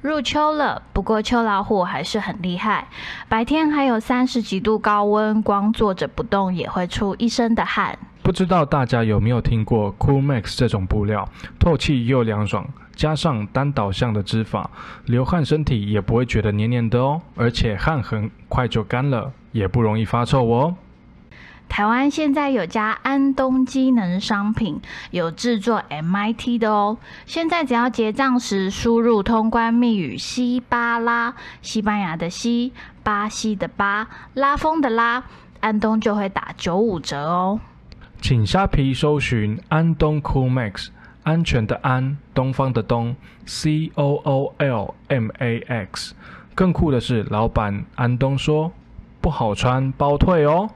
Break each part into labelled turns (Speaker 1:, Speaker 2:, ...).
Speaker 1: 入秋了，不过秋老虎还是很厉害，白天还有三十几度高温，光坐着不动也会出一身的汗。
Speaker 2: 不知道大家有没有听过 Cool Max 这种布料，透气又凉爽，加上单导向的织法，流汗身体也不会觉得黏黏的哦，而且汗很快就干了，也不容易发臭哦。
Speaker 1: 台湾现在有家安东机能商品，有制作 MIT 的哦。现在只要结账时输入通关密语“西巴拉”，西班牙的西，巴西的巴，拉风的拉，安东就会打九五折哦。
Speaker 2: 请虾皮搜寻安东 Cool Max，安全的安，东方的东，C O O L M A X。更酷的是，老板安东说不好穿，包退哦。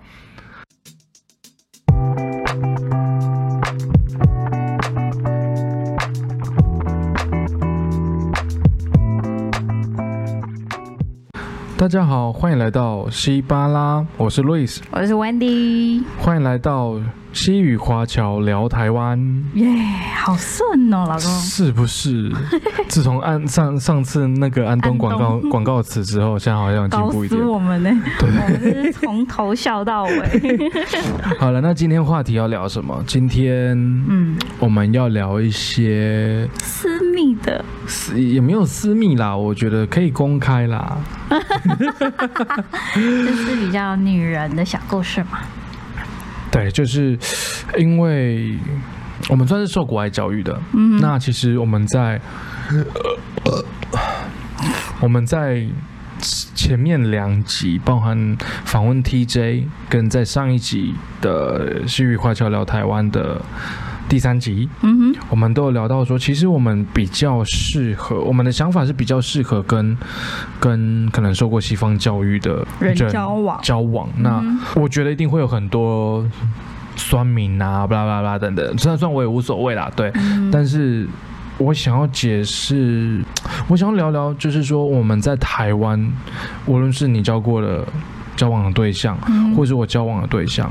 Speaker 2: 大家好，欢迎来到西巴拉，我是 Louis，
Speaker 1: 我是 Wendy，
Speaker 2: 欢迎来到西语华侨聊台湾。
Speaker 1: 耶好顺哦，老公。
Speaker 2: 是 不是？自从安上上次那个安东广告
Speaker 1: 安东
Speaker 2: 广告词之后，现在好像有进
Speaker 1: 搞
Speaker 2: 步一
Speaker 1: 死
Speaker 2: 点。
Speaker 1: 我们呢、我们是从头笑到尾。
Speaker 2: 好了，那今天话题要聊什么？今天
Speaker 1: 嗯，
Speaker 2: 我们要聊一些
Speaker 1: 私密的，
Speaker 2: 私也没有私密啦，我觉得可以公开啦。
Speaker 1: 就是比较女人的小故事嘛。
Speaker 2: 对，就是因为我们算是受国外教育的，
Speaker 1: 嗯，
Speaker 2: 那其实我们在、呃我们在前面两集，包含访问 TJ 跟在上一集的西域华侨聊台湾的第三集，
Speaker 1: 嗯哼，
Speaker 2: 我们都有聊到说，其实我们比较适合，我们的想法是比较适合跟跟可能受过西方教育的
Speaker 1: 人交往。
Speaker 2: 交往。那、
Speaker 1: 嗯
Speaker 2: 我觉得一定会有很多酸民啊，巴拉巴拉巴拉等等。虽然算我也无所谓啦，对，
Speaker 1: 嗯
Speaker 2: 但是我想要解释，我想要聊聊，就是说我们在台湾，无论是你交过的交往的对象，
Speaker 1: 嗯
Speaker 2: 或是我交往的对象，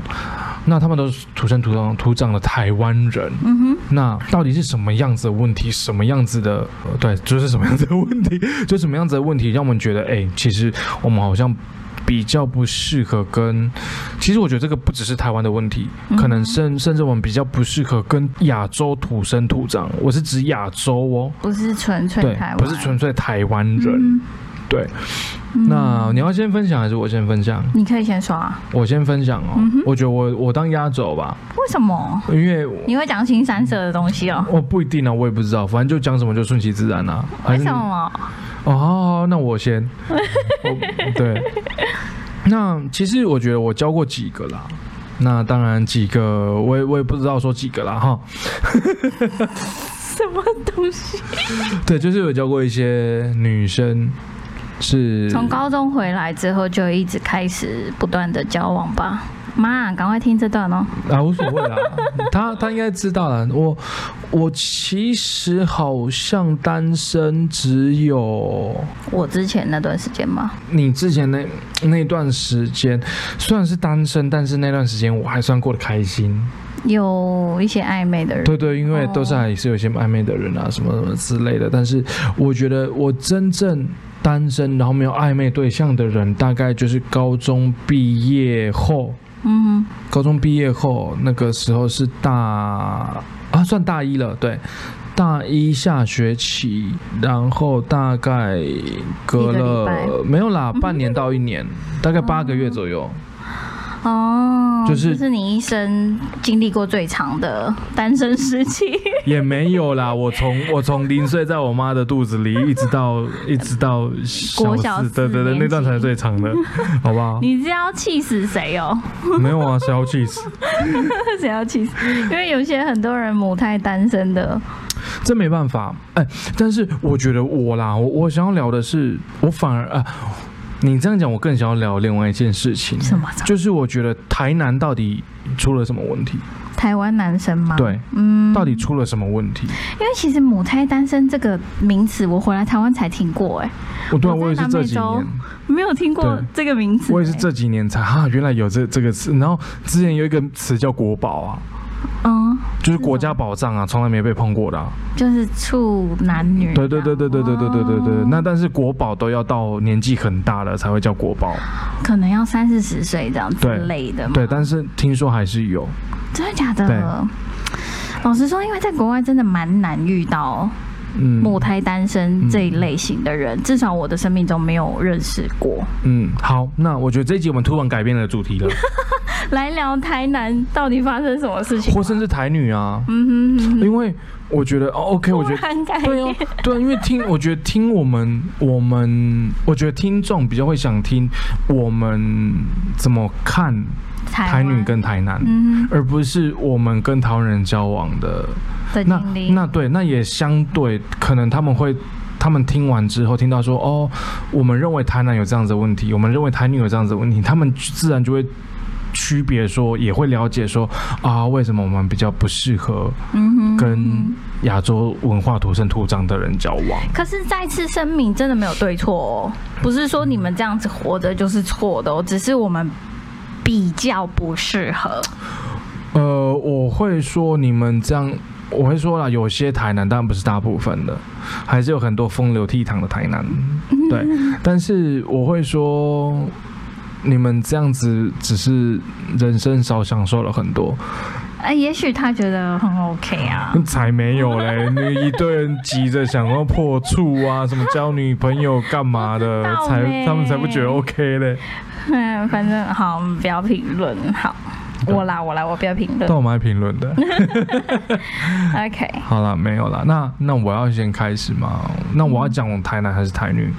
Speaker 2: 那他们都是土生土长土长的台湾人，
Speaker 1: 嗯
Speaker 2: 那到底是什么样子的问题？什么样子的？呃对，就是什么样子的问题， 就什么样子的问题，让我们觉得，哎、其实我们好像比较不适合跟。其实我觉得这个不只是台湾的问题，
Speaker 1: 哼，
Speaker 2: 可能甚甚至我们比较不适合跟亚洲土生土长，我是指亚洲哦，
Speaker 1: 不是纯粹
Speaker 2: 对
Speaker 1: 台，湾，
Speaker 2: 不是纯粹台湾人。
Speaker 1: 嗯
Speaker 2: 对，
Speaker 1: 嗯
Speaker 2: 那你要先分享还是我先分享？
Speaker 1: 你可以先说啊，
Speaker 2: 我先分享哦，
Speaker 1: 嗯哼
Speaker 2: 我觉得我我当压轴吧，
Speaker 1: 为什么
Speaker 2: 因为我。
Speaker 1: 你会讲新三色的东西哦？
Speaker 2: 我不一定啊，我也不知道，反正就讲什么就顺其自然啊。还
Speaker 1: 为
Speaker 2: 是
Speaker 1: 什
Speaker 2: 你
Speaker 1: 么？
Speaker 2: 哦，好好好，那我先。我对，那其实我觉得我教过几个啦。那当然几个，我也我也不知道说几个啦哈。
Speaker 1: 什么东西？
Speaker 2: 对，就是有教过一些女生是
Speaker 1: 从高中回来之后就一直开始不断的交往吧。妈，赶快听这段哦。
Speaker 2: 啊， 无所谓啦，她她应该知道啦。我我其实好像单身只有
Speaker 1: 我之前那段时间嘛，
Speaker 2: 你之前那那段时间，虽然是单身，但是那段时间我还算过得开心。
Speaker 1: 有一些暧昧的人，
Speaker 2: 对对，因为都是还是有一些暧昧的人啊，什么什么之类的。但是我觉得我真正单身，然后没有暧昧对象的人，大概就是高中毕业后。
Speaker 1: 嗯哼，
Speaker 2: 高中毕业后，那个时候是大啊，算大一了，对，大一下学期，然后大概
Speaker 1: 一个
Speaker 2: 隔
Speaker 1: 礼拜
Speaker 2: 了没有 啦，半年到一年，大概八个月左右。
Speaker 1: 哦，
Speaker 2: 就是
Speaker 1: 这是你一生经历过最长的单身时期，
Speaker 2: 也没有啦，我从我从零岁在我妈的肚子里，一直到一直到
Speaker 1: 国
Speaker 2: 小
Speaker 1: 小
Speaker 2: 四，
Speaker 1: 四
Speaker 2: 对对
Speaker 1: 年
Speaker 2: 对，
Speaker 1: 级
Speaker 2: 那段才是最长的，好 不好？
Speaker 1: 你是要气死谁哦？
Speaker 2: 没有啊，小气死，
Speaker 1: 谁要气死？因为有些很多人母胎单身的，
Speaker 2: 这没办法。哎、但是我觉得我啦，我我想要聊的是，我反而啊，你这样讲，我更想要聊另外一件事情，
Speaker 1: 什么？
Speaker 2: 就是我觉得台南到底出了什么问题？
Speaker 1: 台湾男生吗？，
Speaker 2: 对，
Speaker 1: 嗯，
Speaker 2: 到底出了什么问题？
Speaker 1: 因为其实母胎单身这个名词，我回来台湾才听过、哎，
Speaker 2: 我对啊，
Speaker 1: 我在
Speaker 2: 我也是
Speaker 1: 南
Speaker 2: 这
Speaker 1: 美
Speaker 2: 几
Speaker 1: 洲
Speaker 2: 年。
Speaker 1: 没有听过
Speaker 2: 对
Speaker 1: 这个名词、
Speaker 2: 我也是这几年才哈、原来有这这个词。然后之前有一个词叫国宝啊，
Speaker 1: 哎嗯，
Speaker 2: 就是国家宝藏啊，从来没被碰过的、啊。
Speaker 1: 就是处男女。
Speaker 2: 对对对对对对对对对
Speaker 1: 哦
Speaker 2: 对。那但是国宝都要到年纪很大了才会叫国宝，
Speaker 1: 可能要三四十岁这样之
Speaker 2: 对
Speaker 1: 类的嘛。
Speaker 2: 对，但是听说还是有。
Speaker 1: 真的假的
Speaker 2: 对？
Speaker 1: 老实说，因为在国外真的蛮难遇到
Speaker 2: 嗯
Speaker 1: 母胎单身
Speaker 2: 嗯
Speaker 1: 这一类型的人，至少我的生命中没有认识过。
Speaker 2: 嗯，好，那我觉得这一集我们突然改变了主题 了，
Speaker 1: 来聊台南到底发生什么事情？
Speaker 2: 或甚至台女啊，
Speaker 1: 嗯哼哼
Speaker 2: 因为我觉得哦，OK，我觉得
Speaker 1: 突然改
Speaker 2: 对
Speaker 1: 变
Speaker 2: 啊，对啊，因为听，我觉得听我们，我们，我觉得听众比较会想听我们怎么看台
Speaker 1: 湾
Speaker 2: 女跟台南，
Speaker 1: 嗯
Speaker 2: 而不是我们跟台湾人交往的。
Speaker 1: 哼的
Speaker 2: 那
Speaker 1: 经历，
Speaker 2: 那对，那也相对可能他们会。他们听完之后，听到说哦，我们认为台南有这样子的问题，我们认为台女有这样子的问题，他们自然就会区别说，也会了解说啊，为什么我们比较不适合
Speaker 1: 嗯哼
Speaker 2: 跟亚洲文化土生土长的人交往。
Speaker 1: 可是再次声明，真的没有对错哦，不是说你们这样子活着就是错的哦，只是我们比较不适合。
Speaker 2: 呃，我会说你们这样，我会说啦，有些台南当然不是大部分的，还是有很多风流倜傥的台南，对。但是我会说，你们这样子只是人生少享受了很多，
Speaker 1: 哎、也许他觉得很 OK 啊，
Speaker 2: 才没有 嘞！你一堆人急着想要破处啊，什么交女朋友干嘛的
Speaker 1: 我知，道
Speaker 2: 才
Speaker 1: 嘞
Speaker 2: 他们才不觉得 OK 嘞。
Speaker 1: 嗯，反正好，我们不要评论，好，
Speaker 2: 对
Speaker 1: 我来，我来，我不要评论
Speaker 2: 但我们爱评论 的。
Speaker 1: ，OK。
Speaker 2: 好了，没有了。那那我要先开始吗？那我要讲我台男还是台女？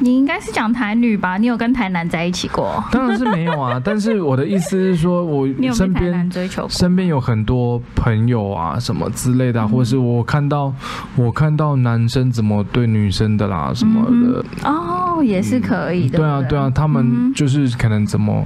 Speaker 1: 你应该是讲台女吧？你有跟台南在一起过？
Speaker 2: 当然是没有啊。但是我的意思是说，我
Speaker 1: 你有被
Speaker 2: 身
Speaker 1: 台南
Speaker 2: 边
Speaker 1: 追求过？
Speaker 2: 身边有很多朋友啊，什么之类的
Speaker 1: 嗯
Speaker 2: 啊、或者是我看到我看到男生怎么对女生的啦，什么的。
Speaker 1: 哦，也是可以的。
Speaker 2: 对啊，对啊，他
Speaker 1: 嗯
Speaker 2: 们
Speaker 1: 哼
Speaker 2: 就是可能怎么。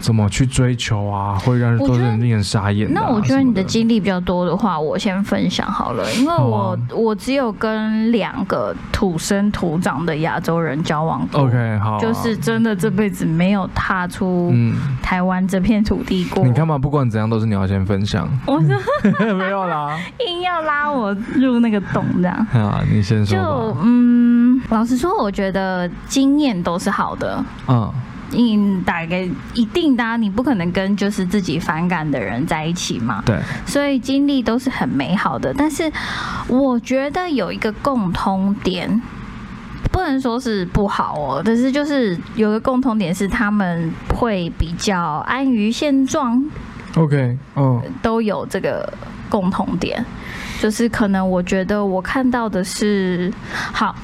Speaker 2: 怎么去追求啊？会让人
Speaker 1: 我
Speaker 2: 都
Speaker 1: 觉得
Speaker 2: 是令人傻眼的啊、
Speaker 1: 那我觉得
Speaker 2: 什么
Speaker 1: 你的经历比较多的话，我先分享好了，因为
Speaker 2: 好
Speaker 1: 我、
Speaker 2: 啊
Speaker 1: 我只有跟两个土生土长的亚洲人交往过
Speaker 2: OK 好啊、
Speaker 1: 就是真的这辈子没有踏出
Speaker 2: 嗯，
Speaker 1: 台湾这片土地过。
Speaker 2: 你看嗯嘛，不管怎样都是你要先 分享，
Speaker 1: 我是
Speaker 2: 没 有啦。
Speaker 1: 硬要拉我入那个洞这样。
Speaker 2: 啊，你先 说
Speaker 1: 就
Speaker 2: 吧。
Speaker 1: 嗯，老实说，我觉得经验都是好的。
Speaker 2: 嗯
Speaker 1: 你大概一定的、啊，你不可能跟就是自己反感的人在一起嘛。
Speaker 2: 对，
Speaker 1: 所以经历都是很美好的。但是我觉得有一个共通点，不能说是不好哦，但是就是有个共通点是他们会比较安于现状，
Speaker 2: OK，嗯
Speaker 1: 都有这个共同点，就是可能我觉得我看到的是好。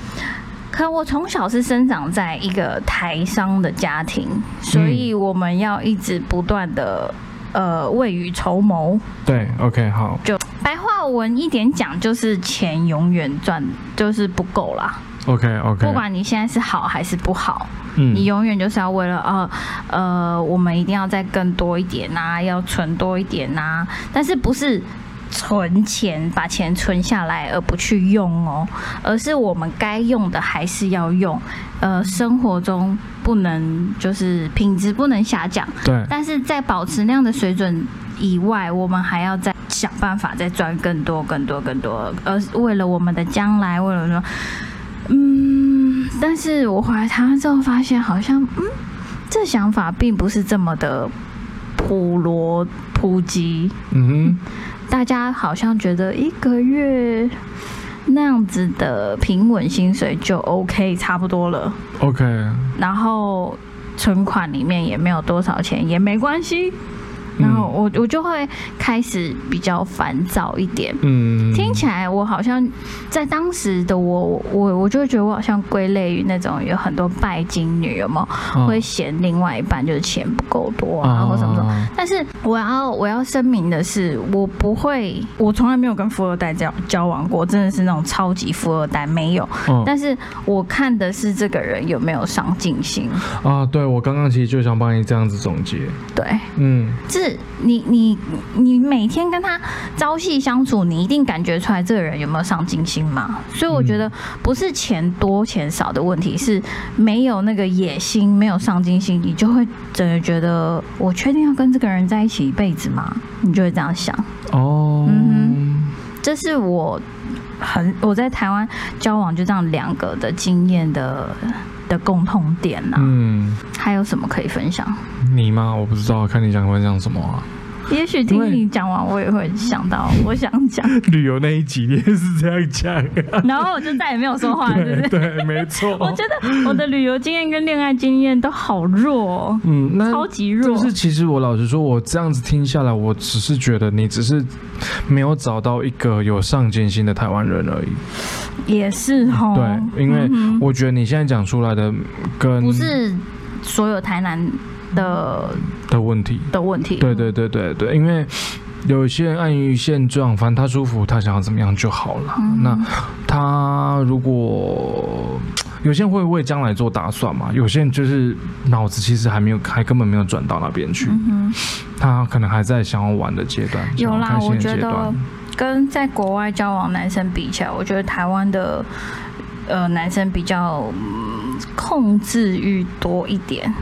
Speaker 1: 可我从小是生长在一个台商的家庭，所以我们要一直不断的呃未雨绸缪，
Speaker 2: 对，OK，好，
Speaker 1: 就白话文一点讲，就是钱永远赚就是不够啦。
Speaker 2: ，OK OK，
Speaker 1: 不管你现在是好还是不好，
Speaker 2: 嗯
Speaker 1: 你永远就是要为了呃呃，我们一定要再更多一点呐、要存多一点呐、但是不是？存钱，把钱存下来，而不去用哦，而是我们该用的还是要用。呃，生活中不能就是品质不能下降，
Speaker 2: 对
Speaker 1: 但是在保持那样的水准以外，我们还要再想办法再赚更多、更多、更多，而是为了我们的将来，为了说，嗯，但是我回来台湾之后发现，好像嗯，这想法并不是这么的普罗普及，
Speaker 2: 嗯
Speaker 1: 大家好像觉得一个月。那样子的平稳薪水就 OK，差不多了。
Speaker 2: 哼，OK，
Speaker 1: 然后存款里面也没有多少钱，也没关系。然后我我就会开始比较烦躁一点。
Speaker 2: 嗯，
Speaker 1: 听起来我好像在当时的我，我我就会觉得我好像归类于那种有很多拜金女，有没有？
Speaker 2: 嗯
Speaker 1: 会嫌另外一半就是钱不够
Speaker 2: 哦
Speaker 1: 多啊，或什么什么。，但是我要我要声明的是，我不会，我从来没有跟富二代交交往过，真的是那种超级富二代没有。
Speaker 2: 嗯
Speaker 1: 但是我看的是这个人有没有上进心，
Speaker 2: 啊，对我刚刚其实就想帮你这样子总结，
Speaker 1: 对，
Speaker 2: 嗯
Speaker 1: 至就是你你你每天跟他朝夕相处，你一定感觉出来这个人有没有上进心嘛。所以我
Speaker 2: 嗯
Speaker 1: 觉得不是钱多钱少的问题，是没有那个野心，没有上进心，你就会真的觉得我确定要跟这个人在一起一辈子吗？你就会这样想。
Speaker 2: 哦，
Speaker 1: 嗯这是我很我在台湾交往就这样两个的经验的的共通点呐、
Speaker 2: 嗯，
Speaker 1: 还有什么可以分享？
Speaker 2: 你吗？我不知道，看你想分享什么啊？
Speaker 1: 也许
Speaker 2: 因
Speaker 1: 听
Speaker 2: 为
Speaker 1: 你讲完，我也会想到我想讲，
Speaker 2: 旅游那一集你也是这样讲，啊
Speaker 1: 然后我就再也没有说话，是不
Speaker 2: 对哦
Speaker 1: 是？
Speaker 2: 对，没错。
Speaker 1: 我觉得我的旅游经验跟恋爱经验都好弱、哦，
Speaker 2: 嗯，那
Speaker 1: 超级弱
Speaker 2: 但。是其实我老实说，我这样子听下来，我只是觉得你只是没有找到一个有上进心的台湾人而已。
Speaker 1: 也是哦，
Speaker 2: 对，因为
Speaker 1: 嗯哼
Speaker 2: 我觉得你现在讲出来的跟
Speaker 1: 不是所有台南的
Speaker 2: 的问题，
Speaker 1: 的问题。
Speaker 2: 对对对对对，因为有些人安于现状，反正他舒服，他想要怎么样就好了。
Speaker 1: 嗯
Speaker 2: 那他如果有些人会为将来做打算嘛，有些人就是脑子其实还没有，还根本没有转到那边去，
Speaker 1: 嗯哼，
Speaker 2: 他可能还在想要玩的阶段，
Speaker 1: 有啦
Speaker 2: 想要开心的阶
Speaker 1: 我觉得
Speaker 2: 段。
Speaker 1: 跟在国外交往男生比起来，我觉得台湾的呃男生比较、嗯控制欲多一点。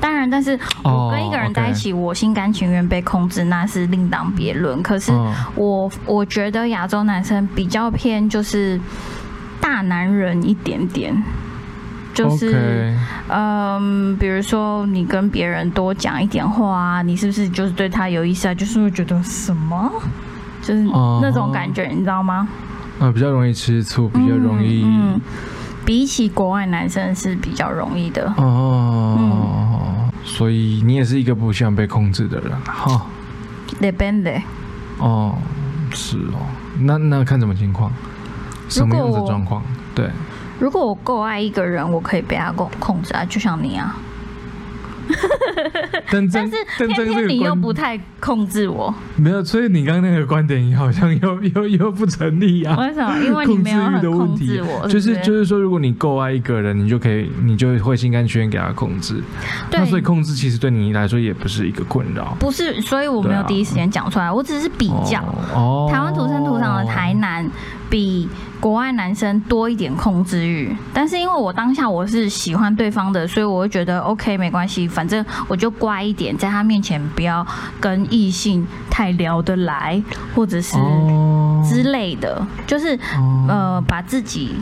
Speaker 1: 当然，但是
Speaker 2: 哦
Speaker 1: 我跟一个人在一起，我心甘情愿被控制，那是另当别论。可是
Speaker 2: 嗯
Speaker 1: 我我觉得亚洲男生比较偏就是大男人一点点，就是。
Speaker 2: OK，
Speaker 1: 嗯，比如说你跟别人多讲一点话啊，你是不是就是对他有意思啊？就是会觉得什么，就是
Speaker 2: 哦
Speaker 1: 那种感觉，你知道吗？
Speaker 2: 呃，比较容易吃醋，比较容易，
Speaker 1: 嗯，嗯比起国外男生是比较容易的。
Speaker 2: 哦，所以你也是一个不喜欢被控制的人啊哈。
Speaker 1: Depende，
Speaker 2: 哦，是哦，那那看什么情况，什么样子的状况？对，
Speaker 1: 如果我够爱一个人，我可以被他控控制啊，就像你啊。
Speaker 2: 但
Speaker 1: 但
Speaker 2: 真
Speaker 1: 是
Speaker 2: 但
Speaker 1: 偏
Speaker 2: 真这
Speaker 1: 偏
Speaker 2: 个
Speaker 1: 你又
Speaker 2: 观
Speaker 1: 不太控制我，
Speaker 2: 没有，所以你刚刚那个观点好像又 又又不成立啊。
Speaker 1: 为什么？因为你
Speaker 2: 控
Speaker 1: 没
Speaker 2: 制
Speaker 1: 有
Speaker 2: 欲
Speaker 1: 很
Speaker 2: 的问
Speaker 1: 控
Speaker 2: 题啊
Speaker 1: 制 我，
Speaker 2: 就是
Speaker 1: 不
Speaker 2: 就。是说，如果你够爱一个人，你就可以，你就会心甘情愿给他控制。
Speaker 1: 对
Speaker 2: 那所以控制其实对你来说也不是一个困扰。
Speaker 1: 不是，所以我没
Speaker 2: 对
Speaker 1: 有
Speaker 2: 啊
Speaker 1: 第一时间讲出来，我只是比较。
Speaker 2: 哦，
Speaker 1: 台湾土生土长的台南比国外男生多一点控制欲，但是因为我当下我是喜欢对方的，所以我会觉得 OK 没关系，反正我就乖一点，在他面前不要跟异性太聊得来，或者是
Speaker 2: 哦
Speaker 1: 之类的，就是
Speaker 2: 哦
Speaker 1: 呃把自己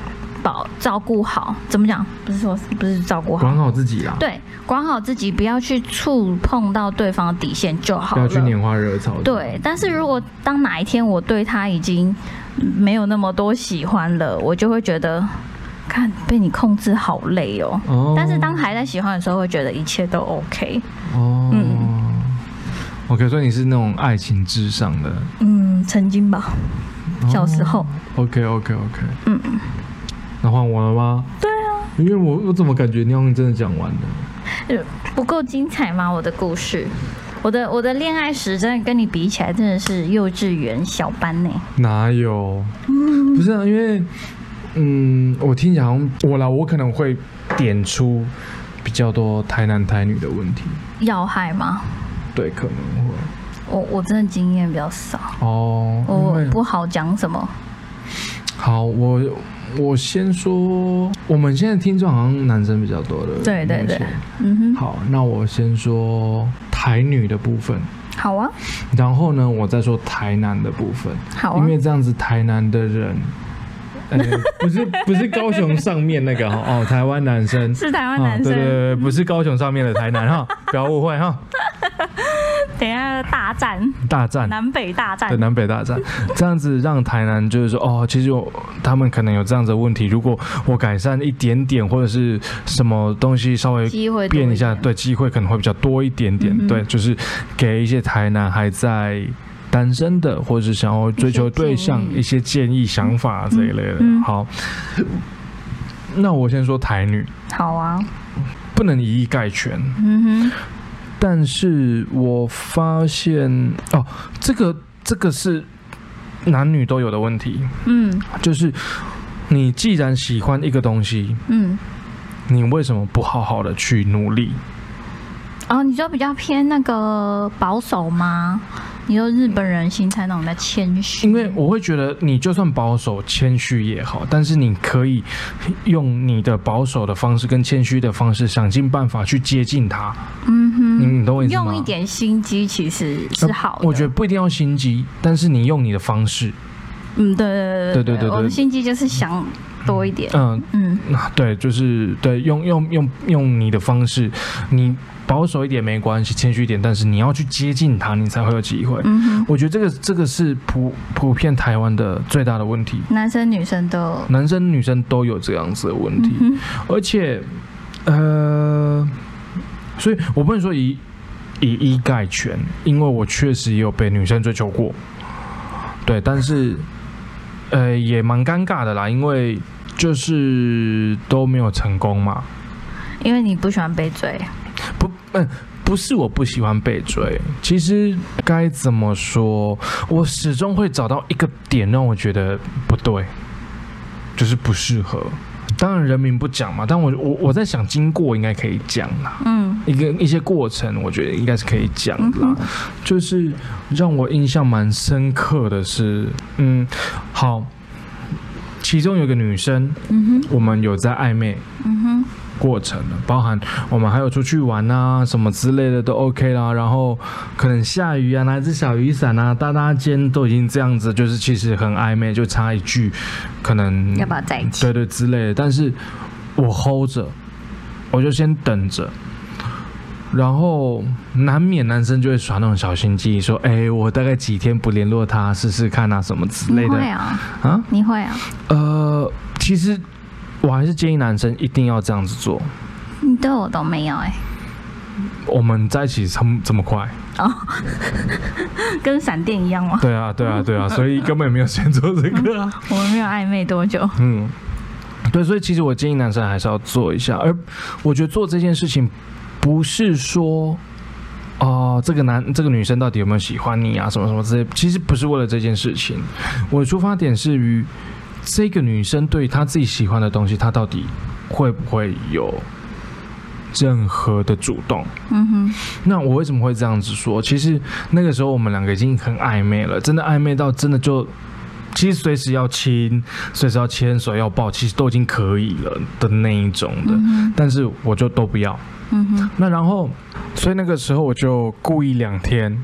Speaker 1: 保照顾好，怎么讲？不是说不是照顾好。
Speaker 2: 管好自己啦，
Speaker 1: 对，管好自己，不要去触碰到对方的底线就好
Speaker 2: 不
Speaker 1: 了。
Speaker 2: 要去拈花惹草。
Speaker 1: 对，但是如果当哪一天我对他已经没有那么多喜欢了，我就会觉得，看被你控制好累哦。
Speaker 2: 哦，
Speaker 1: 但是当还在喜欢的时候，会觉得一切都 OK。
Speaker 2: 哦，
Speaker 1: 嗯
Speaker 2: 我可以说你是那种爱情至上的，
Speaker 1: 嗯，曾经吧，
Speaker 2: 哦
Speaker 1: 小时候。
Speaker 2: OK OK OK，
Speaker 1: 嗯，
Speaker 2: 那换我了吗？对啊，因为我我怎么感觉你好像真的讲完了？
Speaker 1: 呃不够精彩吗？我的故事，我的我的恋爱史真的跟你比起来，真的是幼稚园小班呢。
Speaker 2: 哪有？不是啊，因为嗯，我听起来好像我啦，我可能会点出比较多台男台女的问题，
Speaker 1: 要害吗？
Speaker 2: 对，可能会
Speaker 1: 我我真的经验比较少，
Speaker 2: 哦，因
Speaker 1: 我
Speaker 2: 为
Speaker 1: 不好讲什么。
Speaker 2: 好，我我先说，我们现在听众好像男生比较多的，
Speaker 1: 对对
Speaker 2: 目前
Speaker 1: 对嗯哼，
Speaker 2: 好，那我先说台女的部分，
Speaker 1: 好啊，
Speaker 2: 然后呢，我再说台南的部分，
Speaker 1: 好啊
Speaker 2: 因。为这样子台南的人， 呃，不是不是高雄上面那个哈，哦，台湾男生。哦
Speaker 1: 是台湾男生，
Speaker 2: 啊对对对，不是高雄上面的台南哈，不要误会哈，
Speaker 1: 等一下大战，
Speaker 2: 大战
Speaker 1: 南北大战
Speaker 2: 嗯对。南北 大战，这样子让台南就是说，哦，其实我他们可能有这样子的问题，如果我改善一点点，或者是什么东西稍微
Speaker 1: 机会多
Speaker 2: 变一下，
Speaker 1: 点，
Speaker 2: 对，机会可能会比较多一点点。
Speaker 1: 嗯
Speaker 2: 对，就是给一些台南还在单身的，或者是想要追求对象
Speaker 1: 一些建议
Speaker 2: 一些建议、想法这一类的。
Speaker 1: 嗯
Speaker 2: 好，那我先说台女，
Speaker 1: 好啊，
Speaker 2: 不能以一概全，
Speaker 1: 嗯
Speaker 2: 但是我发现哦，这个这个是男女都有的问题，
Speaker 1: 哼，嗯
Speaker 2: 就是你既然喜欢一个东西，
Speaker 1: 嗯，
Speaker 2: 你为什么不好好的去努力？
Speaker 1: 哦，你说比较偏那个保守吗？你说日本人心态那种在谦虚，
Speaker 2: 因为我会觉得，你就算保守、谦虚也好，但是你可以用你的保守的方式跟谦虚的方式，想尽办法去接近他。
Speaker 1: 嗯哼，
Speaker 2: 你你懂我意思吗？
Speaker 1: 用一点心机其实是好的。
Speaker 2: 我觉得不一定要心机，但是你用你的方式，
Speaker 1: 嗯，对对
Speaker 2: 对对对
Speaker 1: 我的心机就是想多一点。
Speaker 2: 嗯，
Speaker 1: 嗯，
Speaker 2: 啊对，就是对，用用用用你的方式，你保守一点没关系，谦虚一点，但是你要去接近他，你才会有机会。
Speaker 1: 嗯哼，
Speaker 2: 我觉得这个这个是普普遍台湾的最大的问题，
Speaker 1: 男生女生都，
Speaker 2: 男生女生都有这样子的问题，
Speaker 1: 嗯
Speaker 2: 而且，呃，所以我不能说以以一概全，因为我确实也有被女生追求过，对，但是，呃，也蛮尴尬的啦，因为就是都没有成功嘛，
Speaker 1: 哼，因为你不喜欢被追，
Speaker 2: 不，嗯、不是我不喜欢被追，其实该怎么说，我始终会找到一个点让我觉得不对，就是不适合。当然人名不讲嘛，但我我我在想经过应该可以讲啦，
Speaker 1: 嗯
Speaker 2: 一个一些过程我觉得应该是可以讲的啦
Speaker 1: 嗯。
Speaker 2: 就是让我印象蛮深刻的是，嗯，好，其中有一个女生，
Speaker 1: 嗯哼
Speaker 2: 我们有在暧昧，
Speaker 1: 嗯哼，
Speaker 2: 过程了，包含我们还有出去玩啊，什么之类的都 OK 啦。然后可能下雨啊，拿一只小雨伞啊，搭搭肩都已经这样子，就是其实很暧昧，就差一句，可能
Speaker 1: 要不要在一起？
Speaker 2: 对对之类的。但是我 hold 着，我就先等着。然后难免男生就会耍那种小心机，说：“哎，我大概几天不联络他，试试看啊，什么之
Speaker 1: 你
Speaker 2: 类的
Speaker 1: 会啊，
Speaker 2: 啊。
Speaker 1: 你会啊，”
Speaker 2: 呃，其实我还是建议男生一定要这样子做。
Speaker 1: 你对我都没有哎、
Speaker 2: 我们在一起这么这么快？
Speaker 1: 跟闪电一样吗？
Speaker 2: 对啊，对啊， 对啊，所以根本没有先做这个啊。
Speaker 1: 我们没有暧昧多久，
Speaker 2: 嗯，对，所以其实我建议男生还是要做一下，而我觉得做这件事情不是说。哦，这个男这个女生到底有没有喜欢你啊？什么什么之类，其实不是为了这件事情，我的出发点是于这个女生对她自己喜欢的东西，她到底会不会有任何的主动？
Speaker 1: 嗯哼，
Speaker 2: 那我为什么会这样子说？其实那个时候我们两个已经很暧昧了，真的暧昧到真的就，其实随时要亲，随时要牵手要抱，其实都已经可以了的那一种的。
Speaker 1: 嗯哼，
Speaker 2: 但是我就都不要。
Speaker 1: 嗯哼，
Speaker 2: 那然后，所以那个时候我就故意两天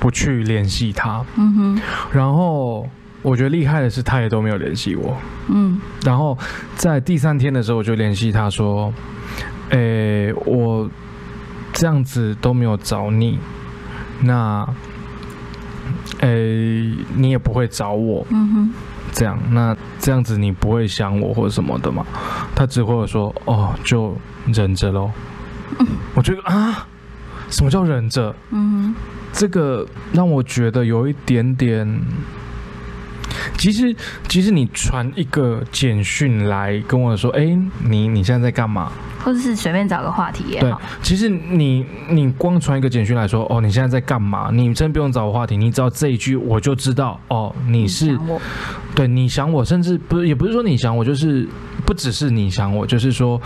Speaker 2: 不去联系他，
Speaker 1: 嗯哼，
Speaker 2: 然后我觉得厉害的是他也都没有联系我。
Speaker 1: 嗯
Speaker 2: 然后在第三天的时候，我就联系他说：“诶、我这样子都没有找你，那，诶、你也不会找我，
Speaker 1: 嗯哼，
Speaker 2: 这样，那这样子你不会想我或者什么的嘛？”他只会说：“哦，就忍着咯。我觉得啊，什么叫忍着？
Speaker 1: 嗯哼，
Speaker 2: 这个让我觉得有一点点。其实，其实你传一个简讯来跟我说，哎、你你现在在干嘛？
Speaker 1: 或者是随便找个话题也
Speaker 2: 对
Speaker 1: 好，，
Speaker 2: 其实你你光传一个简讯来说，哦，你现在在干嘛？你真不用找我话题，你只要这一句，我就知道，哦，你是
Speaker 1: 想我，
Speaker 2: 对你想我，甚至不是也不是说你想我，就是不只是你想我，就是说，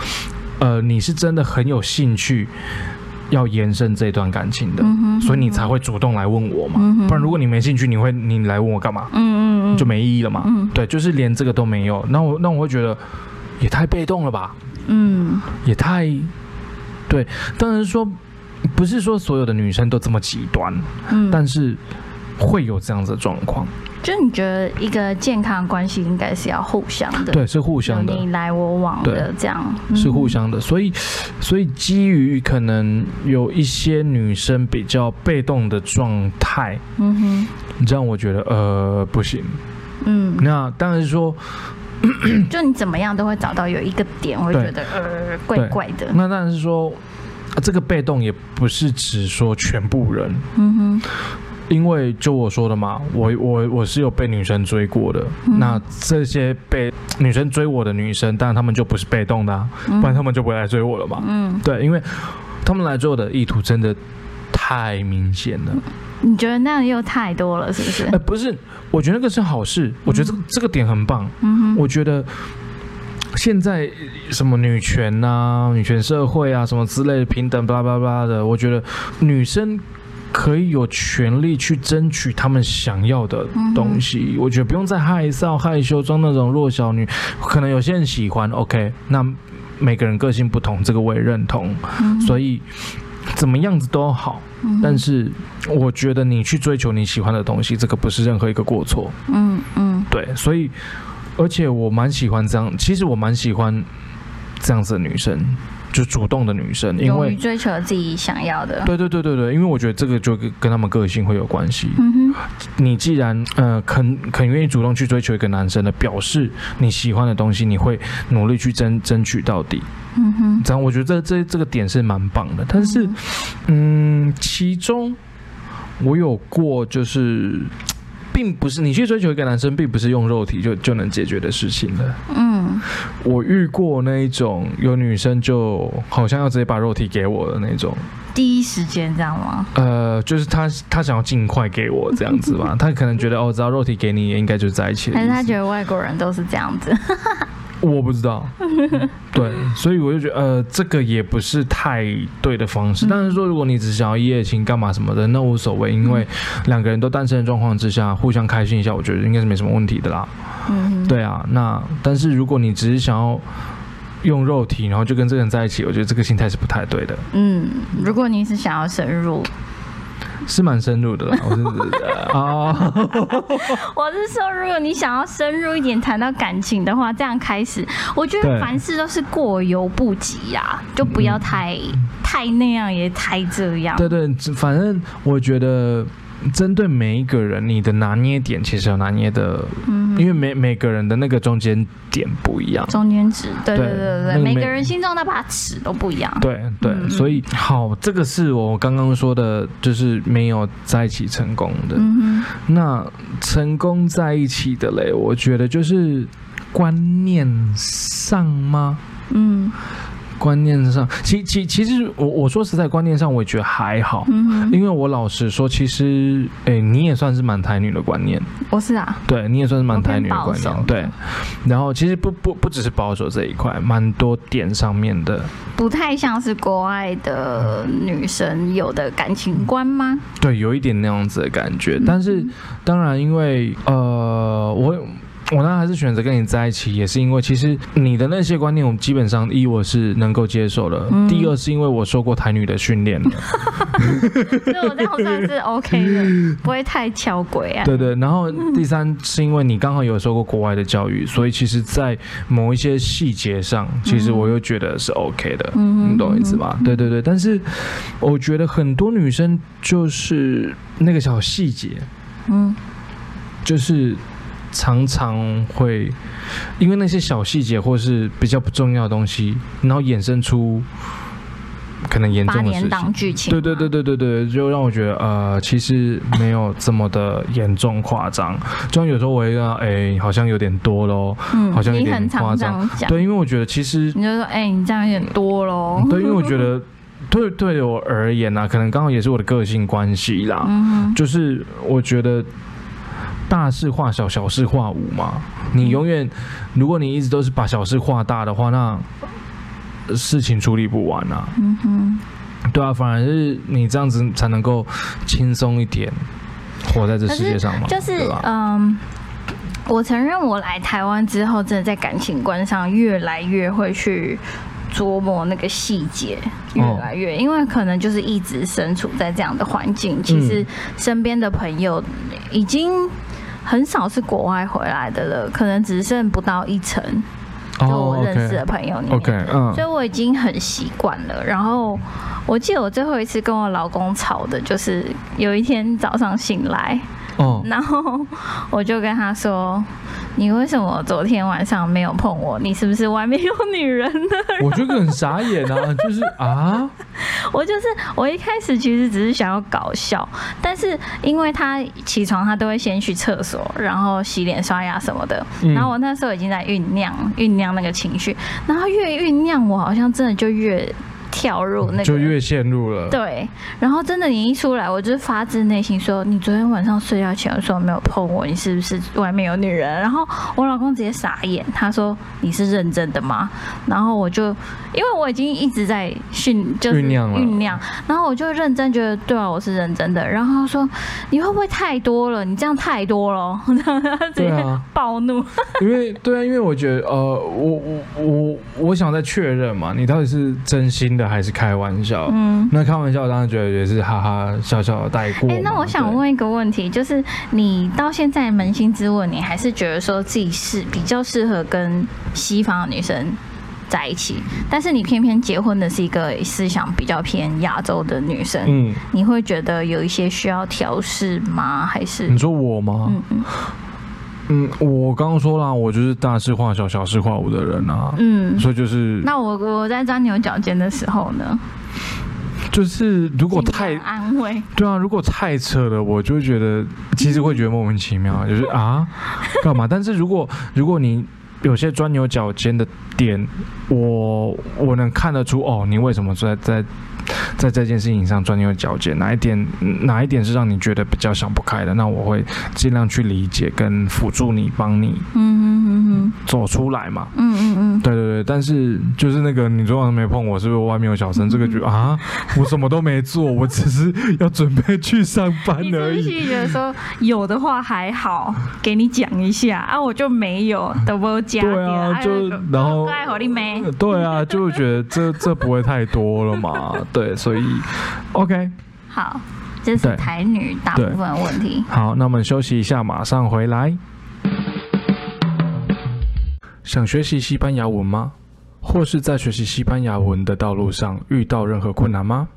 Speaker 2: 呃，你是真的很有兴趣要延伸这段感情的。
Speaker 1: 嗯哼，
Speaker 2: 所以你才会主动来问我嘛。
Speaker 1: 嗯哼
Speaker 2: 不然如果你没兴趣，你会你来问我干嘛？
Speaker 1: 嗯，嗯嗯，
Speaker 2: 就没意义了嘛。
Speaker 1: 嗯
Speaker 2: 对，就是连这个都没有，那我那我会觉得也太被动了吧，
Speaker 1: 嗯
Speaker 2: 也太对。当然说不是说所有的女生都这么极端，
Speaker 1: 嗯，
Speaker 2: 但是会有这样子的状况，
Speaker 1: 就你觉得一个健康的关系应该是要互相的，
Speaker 2: 对，是互
Speaker 1: 有
Speaker 2: 相的。
Speaker 1: 你来我往的这样，
Speaker 2: 是互
Speaker 1: 嗯
Speaker 2: 相的，所以，所以基于可能有一些女生比较被动的状态，
Speaker 1: 嗯哼，
Speaker 2: 让我觉得呃不行。
Speaker 1: 嗯，
Speaker 2: 那当然说，
Speaker 1: 就你怎么样都会找到有一个点，会
Speaker 2: 对
Speaker 1: 觉得呃怪怪的，
Speaker 2: 那当然是说，啊这个被动也不是只说全部人，
Speaker 1: 嗯哼，
Speaker 2: 因为就我说的嘛，我我我是有被女生追过的。
Speaker 1: 嗯
Speaker 2: 那这些被女生追我的女生，当然她们就不是被动的、啊，
Speaker 1: 嗯
Speaker 2: 不然她们就不会来追我了嘛。
Speaker 1: 嗯，
Speaker 2: 对，因为她们来追我的意图真的太明显了。
Speaker 1: 你觉得那样又太多了，是不是
Speaker 2: 哎、？不是，我觉得那个是好事，我觉得这个、这个点很棒，
Speaker 1: 嗯哼，
Speaker 2: 我觉得。现在什么女权呐、女权社会啊，什么之类的平等，巴拉巴拉巴拉的，我觉得女生。可以有权利去争取他们想要的东西，我觉得不用再害臊、害羞，装那种弱小女。可能有些人喜欢，OK，那每个人个性不同，这个我也认同。
Speaker 1: 嗯
Speaker 2: 所以怎么样子都好，但是我觉得你去追求你喜欢的东西，这个不是任何一个过错。
Speaker 1: 嗯嗯
Speaker 2: 对，所以而且我蛮喜欢这样，其实我蛮喜欢这样子的女生，就主动的女生，因
Speaker 1: 勇于
Speaker 2: 为
Speaker 1: 追求自己想要的。
Speaker 2: 对对对对对，因为我觉得这个就跟跟他们个性会有关系。
Speaker 1: 嗯
Speaker 2: 你既然呃肯肯愿意主动去追求一个男生的，表示你喜欢的东西，你会努力去争争取到底。
Speaker 1: 哼，嗯哼，
Speaker 2: 这样我觉得这这这个点是蛮棒的，但是
Speaker 1: 嗯
Speaker 2: 嗯，其中我有过就是。并不是你去追求一个男生，并不是用肉体就就能解决的事情的。
Speaker 1: 嗯，
Speaker 2: 我遇过那一种有女生就好像要直接把肉体给我的那种，
Speaker 1: 第一时间这样吗？
Speaker 2: 呃，就是她她想要尽快给我这样子吧，她可能觉得哦，只要肉体给你，应该就在一起了。
Speaker 1: 还是他觉得外国人都是这样子？
Speaker 2: 我不知道， 对，所以我就觉得，呃，这个也不是太对的方式。
Speaker 1: 嗯
Speaker 2: 但是说，如果你只想要一夜情干嘛什么的，那无所谓，因为两个人都单身的状况之下，互相开心一下，我觉得应该是没什么问题的啦。
Speaker 1: 嗯哼，
Speaker 2: 对啊，那但是如果你只是想要用肉体，然后就跟这个人在一起，我觉得这个心态是不太对的，
Speaker 1: 嗯，如果你是想要深入，
Speaker 2: 是蛮深入的 啦。我是 啊，
Speaker 1: 我是说，如果你想要深入一点谈到感情的话，这样开始，我觉得
Speaker 2: 对嗯
Speaker 1: 凡事都是过犹不及啊，就不要太、太那样，也太这样。
Speaker 2: 对对，反正我觉得。针对每一个人，你的拿捏点其实有拿捏的
Speaker 1: 嗯，
Speaker 2: 因为每每个人的那个中间点不一样。
Speaker 1: 中间值，对对
Speaker 2: 对
Speaker 1: 对对对，
Speaker 2: 那个
Speaker 1: 每
Speaker 2: 每
Speaker 1: 个人心中那把尺都不一样。
Speaker 2: 对对，
Speaker 1: 嗯
Speaker 2: 所以好，这个是我刚刚说的，就是没有在一起成功的。
Speaker 1: 嗯哼，
Speaker 2: 那成功在一起的嘞，我觉得就是观念上吗？
Speaker 1: 嗯
Speaker 2: 观念上，其其其实我我说实在，观念上我也觉得还好，
Speaker 1: 嗯哼，
Speaker 2: 因为我老实说，其实诶，你也算是蛮台女的观念，
Speaker 1: 我是啊，
Speaker 2: 对你也算是蛮台女的
Speaker 1: 我
Speaker 2: 观
Speaker 1: 偏保守
Speaker 2: 念，对。然后其实不不不只是保守这一块，蛮多点上面的，
Speaker 1: 不太像是国外的女生有的感情观吗？
Speaker 2: 对，有一点那样子的感
Speaker 1: 嗯
Speaker 2: 觉。但是当然，因为呃，我我呢还是选择跟你在一起，也是因为其实你的那些观念，我基本上一我是能够接受的。
Speaker 1: 嗯
Speaker 2: 第二是因为我受过台女的 训练，
Speaker 1: 所以我这样算是 OK 的，不会太敲鬼啊。
Speaker 2: 对对。然后第三是因为你刚好有受过国外的教育，所以其实，在某一些细节上，其实我又觉得是 OK 的。
Speaker 1: 嗯
Speaker 2: 你懂我意思？吧？对对对，但是我觉得很多女生就是那个小细节，
Speaker 1: 嗯
Speaker 2: 就是常常会因为那些小细节或是比较不重要的东西，然后衍生出可能严
Speaker 1: 八
Speaker 2: 重的
Speaker 1: 点
Speaker 2: 事
Speaker 1: 档
Speaker 2: 情。
Speaker 1: 剧情，
Speaker 2: 对对对，对对对，就让我觉得呃，其实没有这么的严重夸张。就像有时候我会让哎，好像有点多咯。
Speaker 1: 嗯，
Speaker 2: 好像有
Speaker 1: 你
Speaker 2: 点
Speaker 1: 很常
Speaker 2: 夸
Speaker 1: 这样讲，
Speaker 2: 对，因为我觉得其实
Speaker 1: 你就说，哎、你这样有点多喽。
Speaker 2: 对，因为我觉得对对我而言呐、啊，可能刚好也是我的个性关系啦。
Speaker 1: 嗯哼，
Speaker 2: 就是我觉得大事化小，小事化无嘛。你永远，如果你一直都是把小事化大的话，那呃事情处理不完啊。
Speaker 1: 嗯哼，
Speaker 2: 对啊，反而是你这样子才能够轻松一点，活在这世界上嘛。
Speaker 1: 就是
Speaker 2: 对吧？
Speaker 1: 嗯。我承认，我来台湾之后，真的在感情观上越来越会去琢磨那个细节，越
Speaker 2: 哦
Speaker 1: 来越，因为可能就是一直身处在这样的环境，其实
Speaker 2: 嗯
Speaker 1: 身边的朋友已经很少是国外回来的了，可能只剩不到一成，呃就我
Speaker 2: 哦
Speaker 1: 认识的
Speaker 2: ，OK，OK，
Speaker 1: 朋友里面。
Speaker 2: 嗯
Speaker 1: 所以，我已经很习惯了。然后我记得我最后一次跟我老公吵的就是有一天早上醒来，
Speaker 2: 哦，
Speaker 1: 然后我就跟他说：“你为什么昨天晚上没有碰我？你是不是外面有女人呢
Speaker 2: 我觉得很傻眼啊，就是啊，？”
Speaker 1: 我就是我一开始其实只是想要搞笑，但是因为他起床他都会先去厕所，然后洗脸刷牙什么的。
Speaker 2: 嗯
Speaker 1: 然后我那时候已经在酝酿酝酿那个情绪，然后越酝酿我好像真的就越。跳入那个，
Speaker 2: 就越陷入了。
Speaker 1: 对，然后真的你一出来，我就是发自内心说，你昨天晚上睡觉前的时候没有碰我，你是不是外面有女人？然后我老公直接傻眼，他说你是认真的吗？然后我就因为我已经一直在训，就是
Speaker 2: 酝酿了
Speaker 1: 酝酿，然后我就认真觉得对啊，我是认真的。然后他说你会不会太多了？你这样太多了哦，然后他直
Speaker 2: 对
Speaker 1: 接
Speaker 2: 啊
Speaker 1: 暴怒。
Speaker 2: 因为对啊，因为我觉得呃，我我我我想再确认嘛，你到底是真心的还是开玩笑？
Speaker 1: 嗯，
Speaker 2: 那开玩笑，当然觉得也是哈哈笑笑地带过嘛。
Speaker 1: 哎、那我想
Speaker 2: 嗯对，
Speaker 1: 问一个问题，就是你到现在扪心自问，你还是觉得说自己是比较适合跟西方的女生在一起，但是你偏偏结婚的是一个思想比较偏亚洲的女生，
Speaker 2: 嗯，
Speaker 1: 你会觉得有一些需要调试吗？还是
Speaker 2: 你说我吗？
Speaker 1: 嗯嗯
Speaker 2: 嗯，我刚刚说啦，我就是大事化小，小事化无的人啊，
Speaker 1: 嗯？
Speaker 2: 所以就是
Speaker 1: 那我我在钻牛角尖的时候呢，
Speaker 2: 就是如果
Speaker 1: 尽量
Speaker 2: 太
Speaker 1: 安慰，
Speaker 2: 对啊，如果太扯了，我就会觉得其实会觉得莫名其妙，就是啊干嘛？但是如果如果你有些钻牛角尖的点，我我能看得出哦，你为什么在在在这件事情上钻牛角尖？哪一点哪一点是让你觉得比较想不开的？那我会尽量去理解跟辅助你，帮你
Speaker 1: 嗯嗯嗯
Speaker 2: 走出来嘛。
Speaker 1: 嗯嗯嗯
Speaker 2: 对对对，但是就是那个你昨晚没碰我，是不是外面有小声？这个就啊，我什么都没做，我只是要准备去上班
Speaker 1: 嗯，你是
Speaker 2: 而
Speaker 1: 不
Speaker 2: 已。
Speaker 1: 是觉得说有的话还好， 给你讲一下啊，我就没有，等我加点，
Speaker 2: 对啊，就
Speaker 1: 那个
Speaker 2: 然后
Speaker 1: 爱好你没？
Speaker 2: 对啊，就觉得这这不会太多了嘛。对，所以 OK，
Speaker 1: 好，这是
Speaker 2: 对
Speaker 1: 台女大部分的问题。
Speaker 2: 好，那我们休息一下，马上回来。想学习西班牙文吗？或是在学习西班牙文的道路上遇到任何困难吗？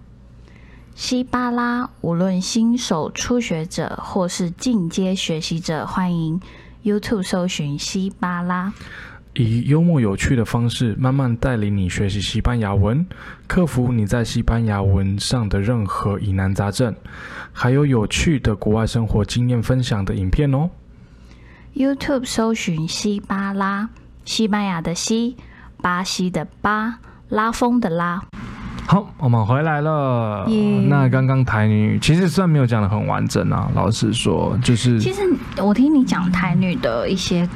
Speaker 1: 西巴拉，无论新手、初学者或是进阶学习者，欢迎 YouTube 搜寻西巴拉。
Speaker 2: 以幽默有趣的方式，慢慢带领你学习西班牙文，克服你在西班牙文上的任何疑难杂症，还有有趣的国外生活经验分享的影片哦。
Speaker 1: YouTube 搜寻西巴拉，西班牙的西，巴西的巴，拉风的拉。
Speaker 2: 好，我们回来了。
Speaker 1: 耶
Speaker 2: 那刚刚台女其实虽然没有讲的很完整啊，老实说，就是
Speaker 1: 其实我听你讲台女的一些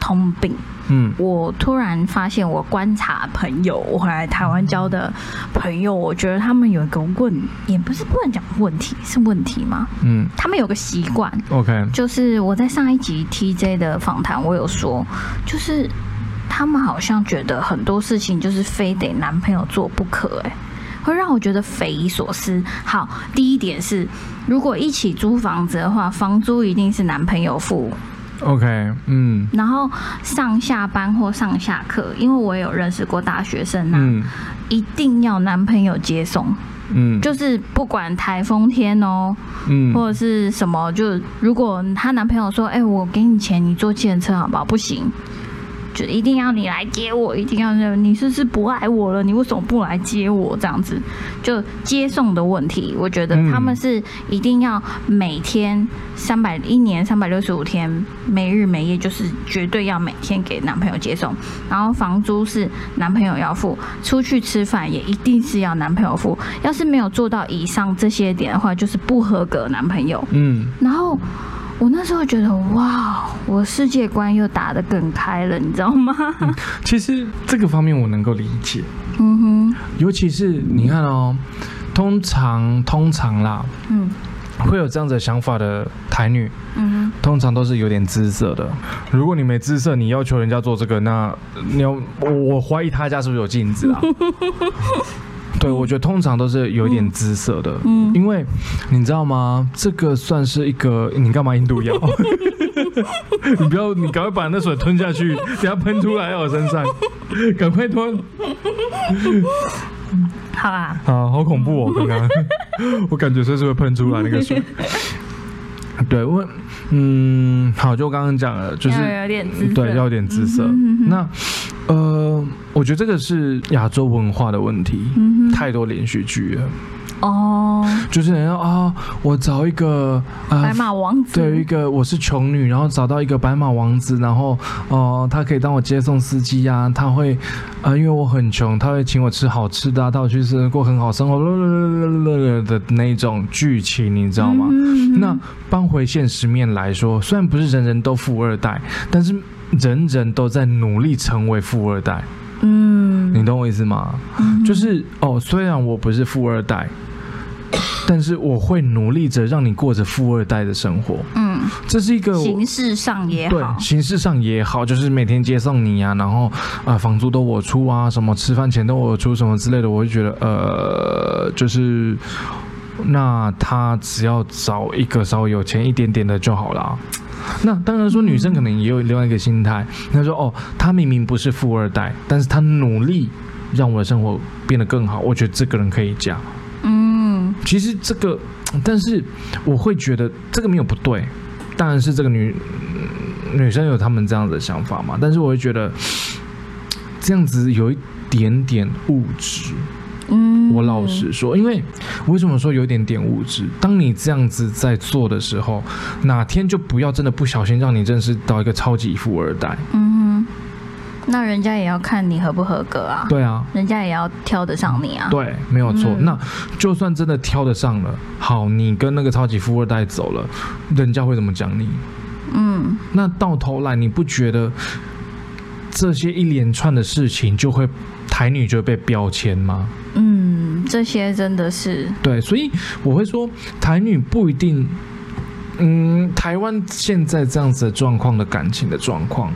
Speaker 1: 通病，
Speaker 2: 嗯，
Speaker 1: 我突然发现，我观察朋友，我回来台湾交的朋友，我觉得他们有一个问，也不是不能讲问题，是问题吗？
Speaker 2: 嗯
Speaker 1: 他们有个习惯，
Speaker 2: ，OK，
Speaker 1: 就是我在上一集 TJ 的访谈，我有说，就是他们好像觉得很多事情就是非得男朋友做不可、欸，会让我觉得匪夷所思。好，第一点是，如果一起租房子的话，房租一定是男朋友付，
Speaker 2: OK，嗯
Speaker 1: 然后上下班或上下课，因为我也有认识过大学生啊，
Speaker 2: 嗯
Speaker 1: 一定要男朋友接送，
Speaker 2: 嗯，
Speaker 1: 就是不管台风天哦，
Speaker 2: 嗯
Speaker 1: 或者是什么，就如果她男朋友说：“哎、我给你钱，你坐计程车好不好？”不行，就一定要你来接我，一定要你是不是不爱我了？你为什么不来接我？这样子，就接送的问题，我觉得
Speaker 2: 嗯
Speaker 1: 他们是一定要每天三百一年三百六十五天，每日每夜就是绝对要每天给男朋友接送，然后房租是男朋友要付，出去吃饭也一定是要男朋友付。要是没有做到以上这些点的话，就是不合格男朋友。
Speaker 2: 嗯，
Speaker 1: 然后我那时候觉得，哇，我世界观又打得更开了，你知道吗？
Speaker 2: 其实这个方面我能够理解，
Speaker 1: 嗯哼，
Speaker 2: 尤其是你看哦，通常通常啦，
Speaker 1: 嗯
Speaker 2: 会有这样子的想法的台女，
Speaker 1: 嗯
Speaker 2: 通常都是有点姿色的。如果你没姿色，你要求人家做这个，那你要我我怀疑他家是不是有镜子 啊？对，我觉得通常都是有一点姿色的，
Speaker 1: 嗯
Speaker 2: 因为你知道吗？这个算是一个，你干嘛印 度药？你不要，你赶快把那水吞下去，等下喷出来在我哦身上，赶快吞！
Speaker 1: 哼，好啊，
Speaker 2: 啊，好恐怖哦！刚刚 我感觉随时会喷出来那个水。 对，我嗯，好，就刚刚讲了，就是
Speaker 1: 要有点嗯姿色
Speaker 2: 对，要有点姿色。那呃，我觉得这个是亚洲文化的问题，
Speaker 1: 嗯哼
Speaker 2: 太多连续剧了。
Speaker 1: 哦，
Speaker 2: 就是人家啊，我找一个啊，
Speaker 1: 白马王子，
Speaker 2: 对，一个我是穷女，然后找到一个白马王子，然后哦、呃他可以当我接送司机呀、啊，他会啊、呃因为我很穷，他会请我吃好吃的、啊，带我去吃过很好生活的那一种剧情，你知道吗？
Speaker 1: 嗯
Speaker 2: 那搬回现实面来说，虽然不是人人都富二代，但是人人都在努力成为富二代，
Speaker 1: 嗯，
Speaker 2: 你懂我意思吗？
Speaker 1: 嗯
Speaker 2: 就是哦，虽然我不是富二代，但是我会努力着让你过着富二代的生活。
Speaker 1: 嗯，
Speaker 2: 这是一个我
Speaker 1: 形式上也
Speaker 2: 对
Speaker 1: 好，
Speaker 2: 形式上也好，就是每天接送你啊，然后啊、呃房租都我出啊，什么吃饭钱都我出什么之类的，我就觉得呃就是。那他只要找一个稍微有钱一点点的就好啦。那当然说，女生可能也有另外一个心态，她说：“哦，她明明不是富二代，但是她努力让我的生活变得更好。”我觉得这个人可以嫁。
Speaker 1: 嗯
Speaker 2: 其实这个，但是我会觉得这个没有不对，当然是这个女女生有她们这样的想法嘛，但是我会觉得这样子有一点点物质。
Speaker 1: 嗯，
Speaker 2: 我老实说，因为为什么说有一点点物质？当你这样子在做的时候，哪天就不要真的不小心让你认识到一个超级富二代。
Speaker 1: 嗯哼，那人家也要看你合不合格啊，
Speaker 2: 对啊，
Speaker 1: 人家也要挑得上你啊，
Speaker 2: 对，没有错。
Speaker 1: 嗯
Speaker 2: 那就算真的挑得上了，好，你跟那个超级富二代走了，人家会怎么讲你？
Speaker 1: 嗯
Speaker 2: 那到头来，你不觉得这些一连串的事情就会台女就会被标签吗？
Speaker 1: 嗯，这些真的是，
Speaker 2: 对，所以我会说，台女不一定。嗯，台湾现在这样子的状况的感情的状况，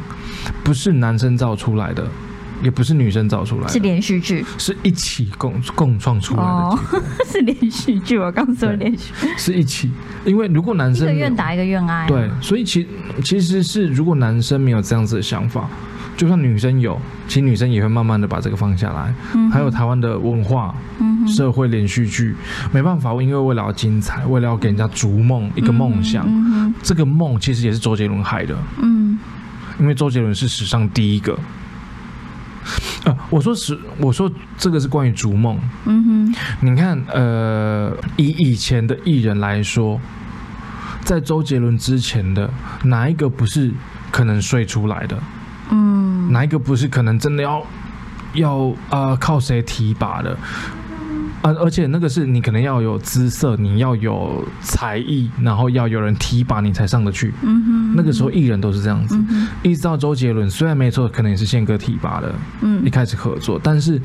Speaker 2: 不是男生造出来的，也不是女生造出来
Speaker 1: 是
Speaker 2: 的，
Speaker 1: 连续剧
Speaker 2: 是一起共共创出来的，
Speaker 1: 哦， 是连续剧，我刚说
Speaker 2: 对
Speaker 1: 连续，
Speaker 2: 是一起。因为如果男
Speaker 1: 一
Speaker 2: 生
Speaker 1: 个
Speaker 2: 没有
Speaker 1: 愿打一个愿挨，
Speaker 2: 对，，所以其其实是如果男生没有这样子的想法，就算女生有，其实女生也会慢慢的把这个放下来。
Speaker 1: 嗯哼
Speaker 2: 还有台湾的文化、
Speaker 1: 嗯哼
Speaker 2: 社会连续剧，没办法，因为为了要精彩，为了要给人家逐梦一个梦想，
Speaker 1: 嗯哼
Speaker 2: 这个梦其实也是周杰伦害的，
Speaker 1: 嗯
Speaker 2: 因为周杰伦是史上第一个。呃，我说史，我说这个是关于逐梦。
Speaker 1: 嗯哼
Speaker 2: 你看，呃，以以前的艺人来说，在周杰伦之前的哪一个不是可能睡出来的？
Speaker 1: 嗯
Speaker 2: 哪一个不是可能真的要要啊、呃靠谁提拔的？啊，而且那个是你可能要有姿色，你要有才艺，然后要有人提拔你才上得去。
Speaker 1: 嗯哼，
Speaker 2: 那个时候艺人都是这样子，
Speaker 1: 嗯哼
Speaker 2: 一直到周杰伦，虽然没错，可能也是宪哥提拔的，一
Speaker 1: 嗯
Speaker 2: 开始合作，但是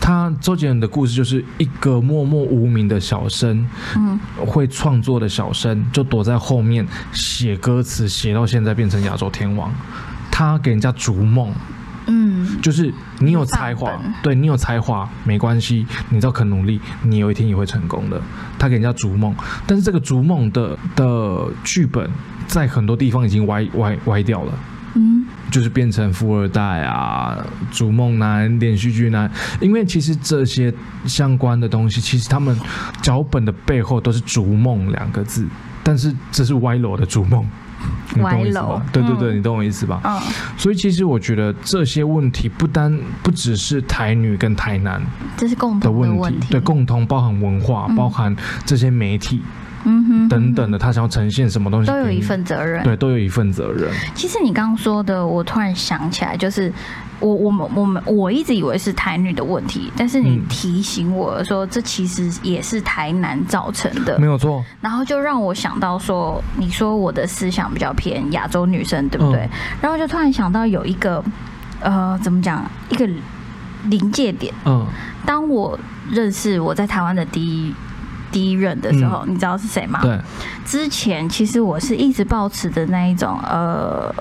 Speaker 2: 他周杰伦的故事就是一个默默无名的小生，
Speaker 1: 嗯
Speaker 2: 会创作的小生，就躲在后面写歌词，写到现在变成亚洲天王。他给人家逐梦，
Speaker 1: 嗯
Speaker 2: 就是你有才华
Speaker 1: 范本，
Speaker 2: 对你有才华没关系，你只要肯努力，你有一天也会成功的。他给人家逐梦，但是这个逐梦的的剧本在很多地方已经歪歪歪掉了。
Speaker 1: 嗯
Speaker 2: 就是变成富二代啊、逐梦男、连续剧男，因为其实这些相关的东西，其实他们脚本的背后都是“逐梦”两个字，但是这是歪楼的逐梦，你懂我意思
Speaker 1: 歪楼
Speaker 2: 吧？对对对，
Speaker 1: 嗯
Speaker 2: 你懂我意思吧？
Speaker 1: 嗯
Speaker 2: 所以其实我觉得这些问题不单不只是台女跟台男
Speaker 1: 这是共
Speaker 2: 的
Speaker 1: 同
Speaker 2: 问
Speaker 1: 的
Speaker 2: 题，
Speaker 1: 问题，
Speaker 2: 对，共同包含文化、
Speaker 1: 嗯
Speaker 2: 包含这些媒体
Speaker 1: 嗯哼
Speaker 2: 等等的，他想要呈现什么东西，
Speaker 1: 都有一，份责任，
Speaker 2: 对，都有一份责任，
Speaker 1: 其实你刚刚说的，我突然想起来，就是我我们我们我一直以为是台女的问题，但是你
Speaker 2: 嗯
Speaker 1: 提醒我说，这其实也是台南造成的
Speaker 2: 没。有错。
Speaker 1: 然后就让我想到说，你说我的思想比较偏亚洲女生，对不对？
Speaker 2: 嗯
Speaker 1: 然后就突然想到有一个，呃，怎么讲，一个临界点。
Speaker 2: 嗯，
Speaker 1: 当我认识我在台湾的第一第一任的时候，你知道是谁吗？
Speaker 2: 嗯对，
Speaker 1: 之前其实我是一直抱持的那一种呃。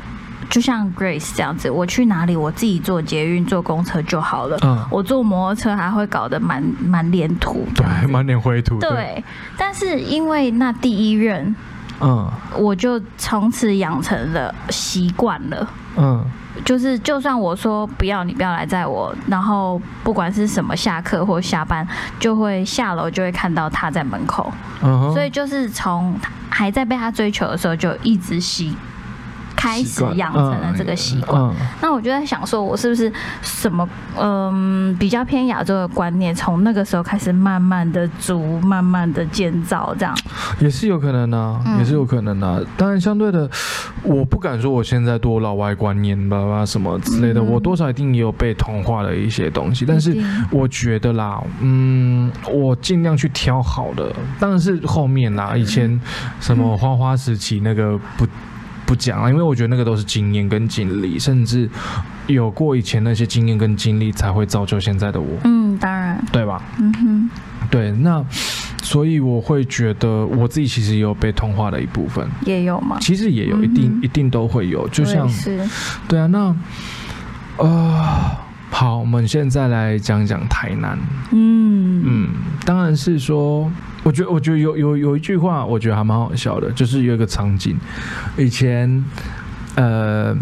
Speaker 1: 就像 Grace 这样子，我去哪里我自己坐捷运、坐公车就好了。
Speaker 2: 嗯。
Speaker 1: 我坐摩托车还会搞得蛮蛮连途。
Speaker 2: 对，满脸灰土。
Speaker 1: 对，，但是因为那第一任，
Speaker 2: 嗯
Speaker 1: 我就从此养成了习惯了，
Speaker 2: 嗯
Speaker 1: 就是就算我说不要你不要来载我，然后不管是什么下课或下班，就会下楼就会看到他在门口。
Speaker 2: 嗯哼，
Speaker 1: 所以就是从还在被他追求的时候就一直习开始养成了这个习惯。
Speaker 2: 嗯
Speaker 1: 那我就在想，说我是不是什么嗯比较偏亚洲的观念，从那个时候开始慢慢的逐，慢慢的建造这样。
Speaker 2: 也是有可能啊，
Speaker 1: 嗯
Speaker 2: 也是有可能啊。当然，相对的，我不敢说我现在多老外观念吧吧什么之类的，
Speaker 1: 嗯
Speaker 2: 我多少一定也有被同化的一些东西，但
Speaker 1: 一
Speaker 2: 是
Speaker 1: 定。
Speaker 2: 我觉得啦，嗯，我尽量去挑好的，当然是后面
Speaker 1: 嗯
Speaker 2: 啦，以前什么花花时期那个不不讲啊了，因为我觉得那个都是经验跟经历，甚至有过以前那些经验跟经历，才会造就现在的我，
Speaker 1: 嗯，当然，
Speaker 2: 对吧？
Speaker 1: 嗯哼，
Speaker 2: 对，那所以我会觉得我自己其实也有被同化的一部分，
Speaker 1: 也有嘛，
Speaker 2: 其实也有一定、
Speaker 1: 嗯哼
Speaker 2: 一定都会有，就
Speaker 1: 我
Speaker 2: 像
Speaker 1: 也是，
Speaker 2: 对啊，那呃，好，我们现在来讲讲台南。
Speaker 1: 嗯
Speaker 2: 嗯，当然是说，我觉得我觉得有有有一句话，我觉得还蛮好笑的，就是有一个场景，以前呃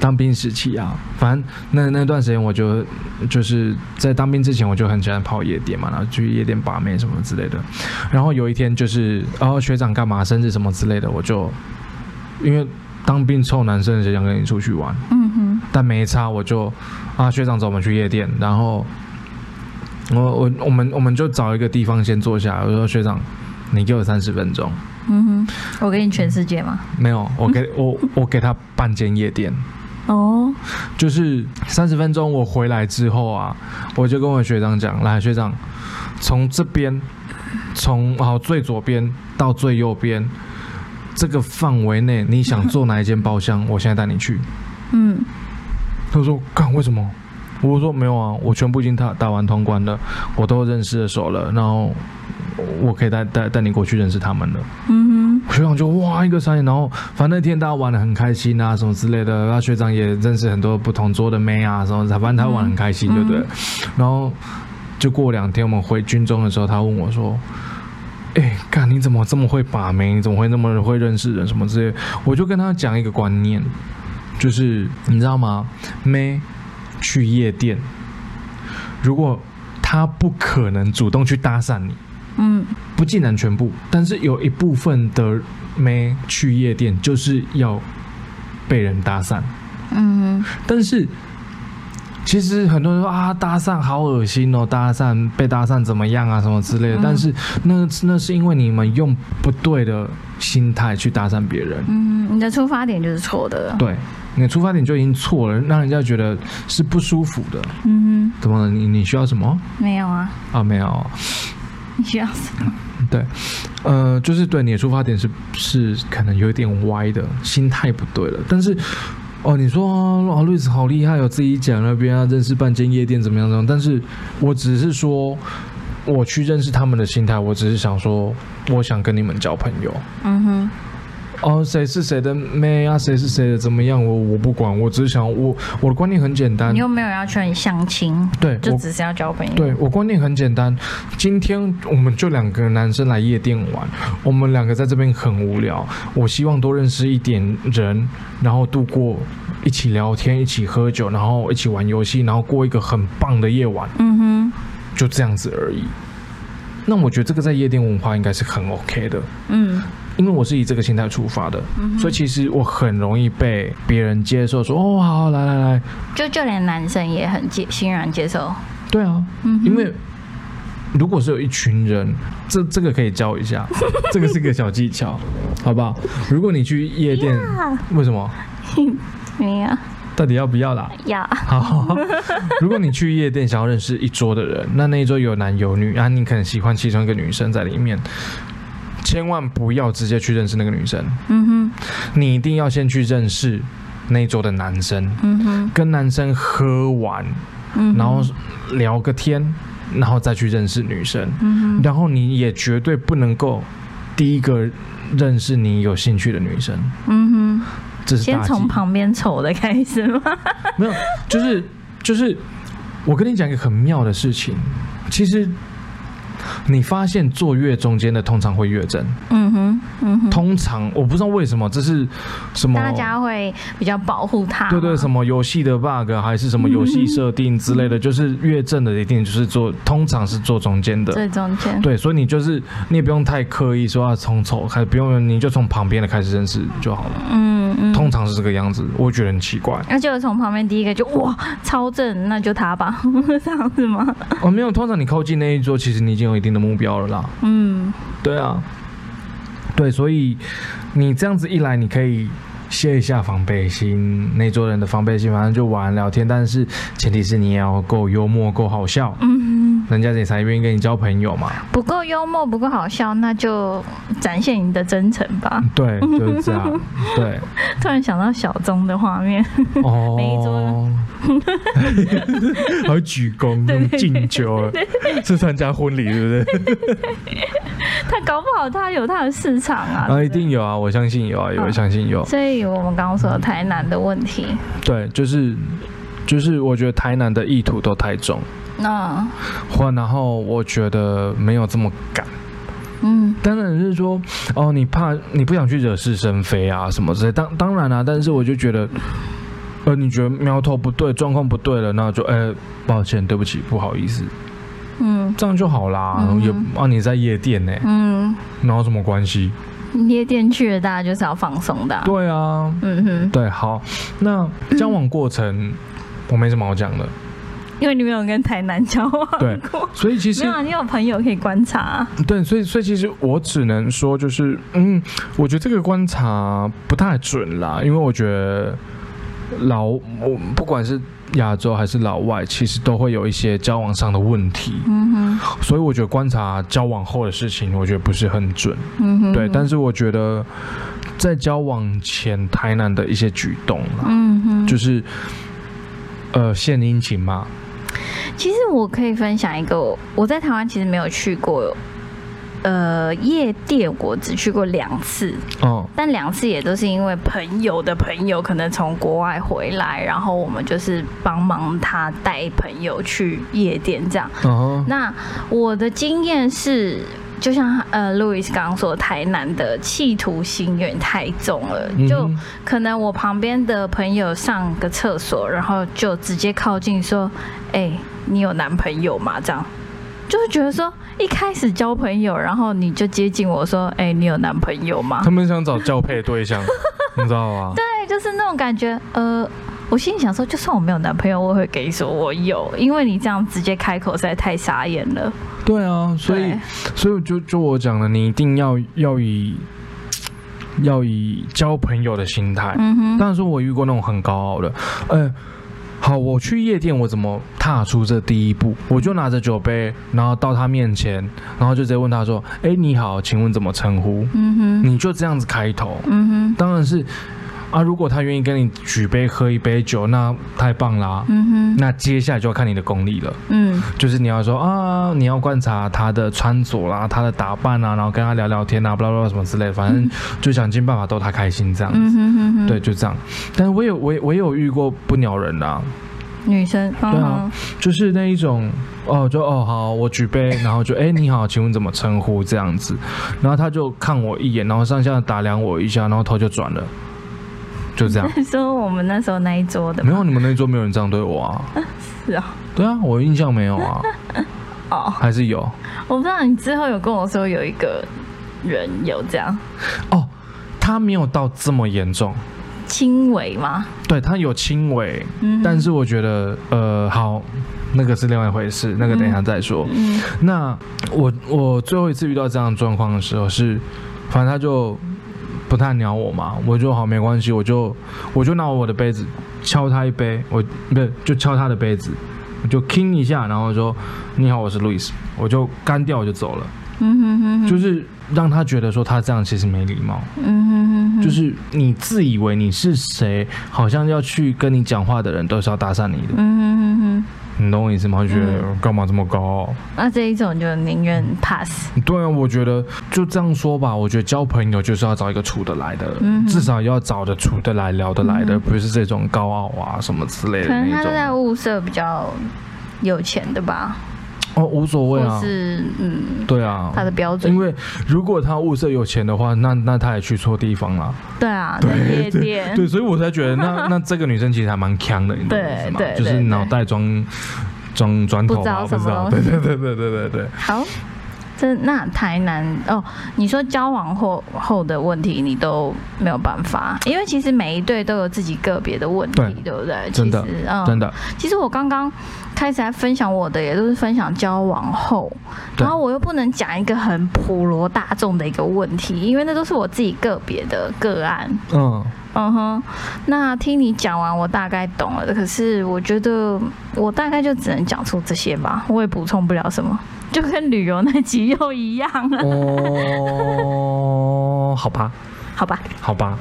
Speaker 2: 当兵时期啊，反正那那段时间我就就是在当兵之前，我就很喜欢泡夜店嘛，然后去夜店把妹什么之类的。然后有一天就是，然、后学长干嘛生日什么之类的，我就因为当兵臭男生谁想跟你出去玩，
Speaker 1: 嗯哼，
Speaker 2: 但没差，我就啊学长走，我们去夜店，然后我我我们我们就找一个地方先坐下来。我说学长，你给我三十分钟，
Speaker 1: 嗯哼，我给你全世界嘛，
Speaker 2: 没有，我给我我给他半间夜店，
Speaker 1: 哦，
Speaker 2: 就是三十分钟。我回来之后啊，我就跟我学长讲，来学长，从这边从好最左边到最右边。这个范围内，你想坐哪一间包厢？我现在带你去。
Speaker 1: 嗯，
Speaker 2: 他说：“干为什么？”我说：“没有啊，我全部已经打打完通关了，我都认识的手了，然后我可以带带带你过去认识他们了。
Speaker 1: 嗯”
Speaker 2: 学长就哇一个傻眼，然后反正那天大家玩的很开心啊，什么之类的，然后学长也认识很多不同桌的妹啊，什么的，反正他玩得很开心，对不对了？然后就过两天我们回军中的时候，他问我说。哎、干！你怎么这么会把妹？你怎么会那么会认识人什么之类的？我就跟他讲一个观念，就是你知道吗？妹去夜店，如果他不可能主动去搭讪你，
Speaker 1: 哼，嗯，
Speaker 2: 不尽然全部，但是有一部分的妹去夜店就是要被人搭讪，
Speaker 1: 嗯
Speaker 2: 但是其实很多人说啊，搭讪好恶心哦，搭讪被搭讪怎么样啊，什么之类的。
Speaker 1: 嗯
Speaker 2: 但是那那是因为你们用不对的心态去搭讪别人，
Speaker 1: 嗯，你的出发点就是错的，
Speaker 2: 对你的出发点就已经错了，让人家觉得是不舒服的。
Speaker 1: 嗯
Speaker 2: 怎么了？你你需要什么
Speaker 1: 哼，没有啊，
Speaker 2: 啊？没有，
Speaker 1: 你需要什么？
Speaker 2: 对，呃，就是对你的出发点是是可能有一点歪的，心态不对了。但是，哦，你说哦，瑞子好厉害哦，自己讲那边啊，认识半间夜店怎么样怎么样。但是我只是说，我去认识他们的心态，我只是想说，我想跟你们交朋友。
Speaker 1: 嗯哼，
Speaker 2: 哦，谁是谁的妹啊，谁是谁的怎么样，我我不管，我只是想我我的观念很简单
Speaker 1: 你，又没有要劝你相亲，
Speaker 2: 对
Speaker 1: 就
Speaker 2: 我
Speaker 1: 只是要交朋友，
Speaker 2: 对我观念很简单，今天我们就两个男生来夜店玩，我们两个在这边很无聊，我希望多认识一点人，然后度过一起聊天、一起喝酒，然后一起玩游戏，然后过一个很棒的夜晚，
Speaker 1: 嗯
Speaker 2: 就这样子而已。那我觉得这个在夜店文化应该是很 OK 的，
Speaker 1: 哼，嗯
Speaker 2: 因为我是以这个心态出发的，
Speaker 1: 嗯哼
Speaker 2: 所以其实我很容易被别人接受说，哦，好好，来来来，
Speaker 1: 就就连男生也很接欣然接受，
Speaker 2: 对啊，
Speaker 1: 嗯哼
Speaker 2: 因为如果是有一群人，这这个可以教一 下，这个是个小技巧，好不好？如果你去夜店，为什么？
Speaker 1: 没有
Speaker 2: 到底要不要啦？
Speaker 1: 要，
Speaker 2: 好， 如果你去夜店想要认识一桌的人，那那一桌有男有女，啊，你可能喜欢其中一个女生在里面，千万不要直接去认识那个女生，
Speaker 1: 嗯哼，
Speaker 2: 你一定要先去认识那一桌的男生，
Speaker 1: 嗯哼，
Speaker 2: 跟男生喝完，
Speaker 1: 嗯哼
Speaker 2: 然后聊个天，然后再去认识女生。
Speaker 1: 嗯
Speaker 2: 然后你也绝对不能够第一个认识你有兴趣的女生，
Speaker 1: 哼，嗯哼，
Speaker 2: 这是
Speaker 1: 先
Speaker 2: 大忌。
Speaker 1: 从旁边丑的开始吗？
Speaker 2: 没有，就是就是，我跟你讲一个很妙的事情，其实你发现坐越中间的通常会越正，
Speaker 1: 嗯哼，嗯哼，
Speaker 2: 通常我不知道为什么，这是什么？
Speaker 1: 大家会比较保护它。
Speaker 2: 对对，什么游戏的 bug 啊还是什么游戏设定之
Speaker 1: 嗯
Speaker 2: 类的，就是越正的一定就是坐，通常是坐中间的。
Speaker 1: 最中间。
Speaker 2: 对，所以你就是你也不用太刻意说要啊从头开始，不用你就从旁边的开始认识就好了。
Speaker 1: 嗯嗯。
Speaker 2: 通常是这个样子，我觉得很奇怪。
Speaker 1: 那就从旁边第一个就哇超正，那就他吧， 这样子吗？
Speaker 2: 哦，没有，通常你靠近那一桌，其实你已经有一定的目标了啦。
Speaker 1: 嗯，
Speaker 2: 对啊，对，所以你这样子一来，你可以卸一下防备心，那桌人的防备心，反正就玩聊天，但是前提是你也要够幽默、够好笑，
Speaker 1: 嗯，
Speaker 2: 人家也才愿意跟你交朋友嘛。
Speaker 1: 不够幽默，不够好笑，那就展现你的真诚吧。
Speaker 2: 对，就是这样。对，
Speaker 1: 突然想到小钟的画面，
Speaker 2: 哦，
Speaker 1: 每一桌
Speaker 2: 还有鞠躬、敬酒，是参加婚礼对不对？
Speaker 1: 他搞不好他有他的市场啊。
Speaker 2: 啊，一定有啊，我相信有啊，有，
Speaker 1: 嗯
Speaker 2: 相信有。
Speaker 1: 所以我们刚刚说的台南的问题，
Speaker 2: 对，就是就是，我觉得台南的意图都太重，
Speaker 1: 那
Speaker 2: 或然后我觉得没有这么敢。
Speaker 1: 嗯
Speaker 2: 当然是说，哦，你怕你不想去惹是生非啊什么之类。当当然啦、但是我就觉得，呃，你觉得苗头不对，状况不对了，那就呃，抱歉，对不起，不好意思，
Speaker 1: 嗯
Speaker 2: 这样就好啦。
Speaker 1: 嗯
Speaker 2: 也啊，你在夜店呢、
Speaker 1: 嗯，
Speaker 2: 哪有什么关系？
Speaker 1: 夜店去了，大家就是要放松的啊、
Speaker 2: 对啊，
Speaker 1: 嗯哼，
Speaker 2: 对，好，那
Speaker 1: 嗯
Speaker 2: 交往过程我没什么好讲的，
Speaker 1: 因为你没有跟台南交往
Speaker 2: 对
Speaker 1: 过，
Speaker 2: 所以其实
Speaker 1: 没有啊，你有朋友可以观察啊、
Speaker 2: 对，所以所以其实我只能说，就是嗯，我觉得这个观察不太准啦，因为我觉得老我不管是亚洲还是老外，其实都会有一些交往上的问题，
Speaker 1: 嗯哼，
Speaker 2: 所以我觉得观察交往后的事情，我觉得不是很准。
Speaker 1: 嗯哼，
Speaker 2: 对，但是我觉得在交往前，台南的一些举动啦，
Speaker 1: 嗯哼，
Speaker 2: 就是呃献殷勤嘛，
Speaker 1: 其实我可以分享一个，我我在台湾其实没有去过，呃，夜店我只去过两次，
Speaker 2: 嗯
Speaker 1: 但两次也都是因为朋友的朋友可能从国外回来，然后我们就是帮忙他带朋友去夜店这样。
Speaker 2: 嗯哼
Speaker 1: 那我的经验是。就像呃，Louis 刚刚说，台南的企图心有点太重了，
Speaker 2: 嗯
Speaker 1: 就
Speaker 2: 哼
Speaker 1: 可能我旁边的朋友上个厕所，然后就直接靠近说：“哎、你有男朋友吗？”这样，就会觉得说一开始交朋友，然后你就接近我说：“哎、你有男朋友吗
Speaker 2: 他们想找交配 对象，你知道吗？？”
Speaker 1: 啊对，就是那种感觉。呃，我心里想说，就算我没有男朋友，我也会跟你说我有，因为你这样直接开口实在太傻眼了。
Speaker 2: 对啊，所以
Speaker 1: 对
Speaker 2: 所以就就我讲的，你一定要要以要以交朋友的心态。
Speaker 1: 嗯哼，
Speaker 2: 但是我遇过那种很高傲的，呃，好，我去夜店，我怎么踏出这第一步？我就拿着酒杯，然后到他面前，然后就直接问他说：“哎，你好，请问怎么称呼
Speaker 1: 嗯？”哼，
Speaker 2: 你就这样子开头，
Speaker 1: 嗯哼，
Speaker 2: 当然是啊，如果他愿意跟你举杯喝一杯酒，那太棒啦。
Speaker 1: 嗯哼，
Speaker 2: 那接下来就要看你的功力了。
Speaker 1: 嗯
Speaker 2: 就是你要说啊，你要观察他的穿着啦、他的打扮啊，然后跟他聊聊天啊，巴拉巴拉什么之类的，反正就想尽办法逗他开心这样。
Speaker 1: 嗯哼哼哼，
Speaker 2: 对，，就这样。但是我有我也我也有遇过不鸟人啦、
Speaker 1: 女生，嗯
Speaker 2: 对啊
Speaker 1: 哼，
Speaker 2: 就是那一种哦，就哦好，我举杯，然后就哎你好，请问怎么称呼这样子，然后他就看我一眼，然后上下打量我一下，然后头就转了，就这样。
Speaker 1: 说我们那时候那一桌的
Speaker 2: 没
Speaker 1: 吗？
Speaker 2: 有你们那一桌没有人这样对 我啊？
Speaker 1: 是啊，
Speaker 2: 对啊，我印象没有啊，
Speaker 1: 哦。
Speaker 2: 还是有
Speaker 1: 我不知道你之后有跟我说有一个人有这样
Speaker 2: 哦，他没有到这么严重。
Speaker 1: 轻微吗？
Speaker 2: 对他有轻微，
Speaker 1: 嗯哼
Speaker 2: 但是我觉得呃好，那个是另外一回事，那个等一下再说。
Speaker 1: 嗯
Speaker 2: 那我我最后一次遇到这样的状况的时候是，反正他就不太鸟我嘛，我就好没关系，我就我就拿我的杯子敲他一杯，我不是就敲他的杯子，我就 king 一下，然后说你好，我是 Louis，我就干掉我就走了，
Speaker 1: 嗯哼哼哼，
Speaker 2: 就是让他觉得说他这样其实没礼貌。
Speaker 1: 嗯哼哼哼，
Speaker 2: 就是你自以为你是谁，好像要去跟你讲话的人都是要搭讪你的，
Speaker 1: 嗯哼哼哼，
Speaker 2: 你懂我意思吗？就觉得
Speaker 1: 嗯
Speaker 2: 干嘛这么高傲？
Speaker 1: 那这一种就宁愿 pass。
Speaker 2: 对啊，我觉得就这样说吧。我觉得交朋友就是要找一个处得来的，
Speaker 1: 嗯
Speaker 2: 至少要找得处得来、聊得来的，不是这种高傲啊什么之类
Speaker 1: 可
Speaker 2: 的
Speaker 1: 能他
Speaker 2: 那
Speaker 1: 在
Speaker 2: 种。
Speaker 1: 物色比较有钱的吧，
Speaker 2: 哦，无所谓
Speaker 1: 或
Speaker 2: 啊，
Speaker 1: 是嗯
Speaker 2: 对啊，
Speaker 1: 他的标准
Speaker 2: 因。为如果他物色有钱的话，那那他也去错地方了。
Speaker 1: 对啊，在夜店，
Speaker 2: 对，所以我才觉得 那那这个女生其实还蛮强的，你懂我意思吗
Speaker 1: 对对
Speaker 2: 就是
Speaker 1: 对
Speaker 2: 脑袋装装砖头
Speaker 1: 不知
Speaker 2: 嘛，
Speaker 1: 道
Speaker 2: 我不知
Speaker 1: 什
Speaker 2: 道，
Speaker 1: 么
Speaker 2: 对
Speaker 1: 东
Speaker 2: 对对对对对对。
Speaker 1: 好，这那台南哦，你说交往后后的问题，你都没有办法，因为其实每一对都有自己个别的问题，
Speaker 2: 对
Speaker 1: 对不对？
Speaker 2: 真的
Speaker 1: 其实嗯，
Speaker 2: 真的，
Speaker 1: 其实我刚刚开始在分享我的，也都是分享交往后，
Speaker 2: 对
Speaker 1: 然后我又不能讲一个很普罗大众的一个问题，因为那都是我自己个别的个案。
Speaker 2: 嗯，
Speaker 1: 嗯哼，那听你讲完，我大概懂了。可是我觉得我大概就只能讲出这些吧，我也补充不了什么，就跟旅游那集又一样了，
Speaker 2: 哦，好吧，
Speaker 1: 好吧？
Speaker 2: 好吧。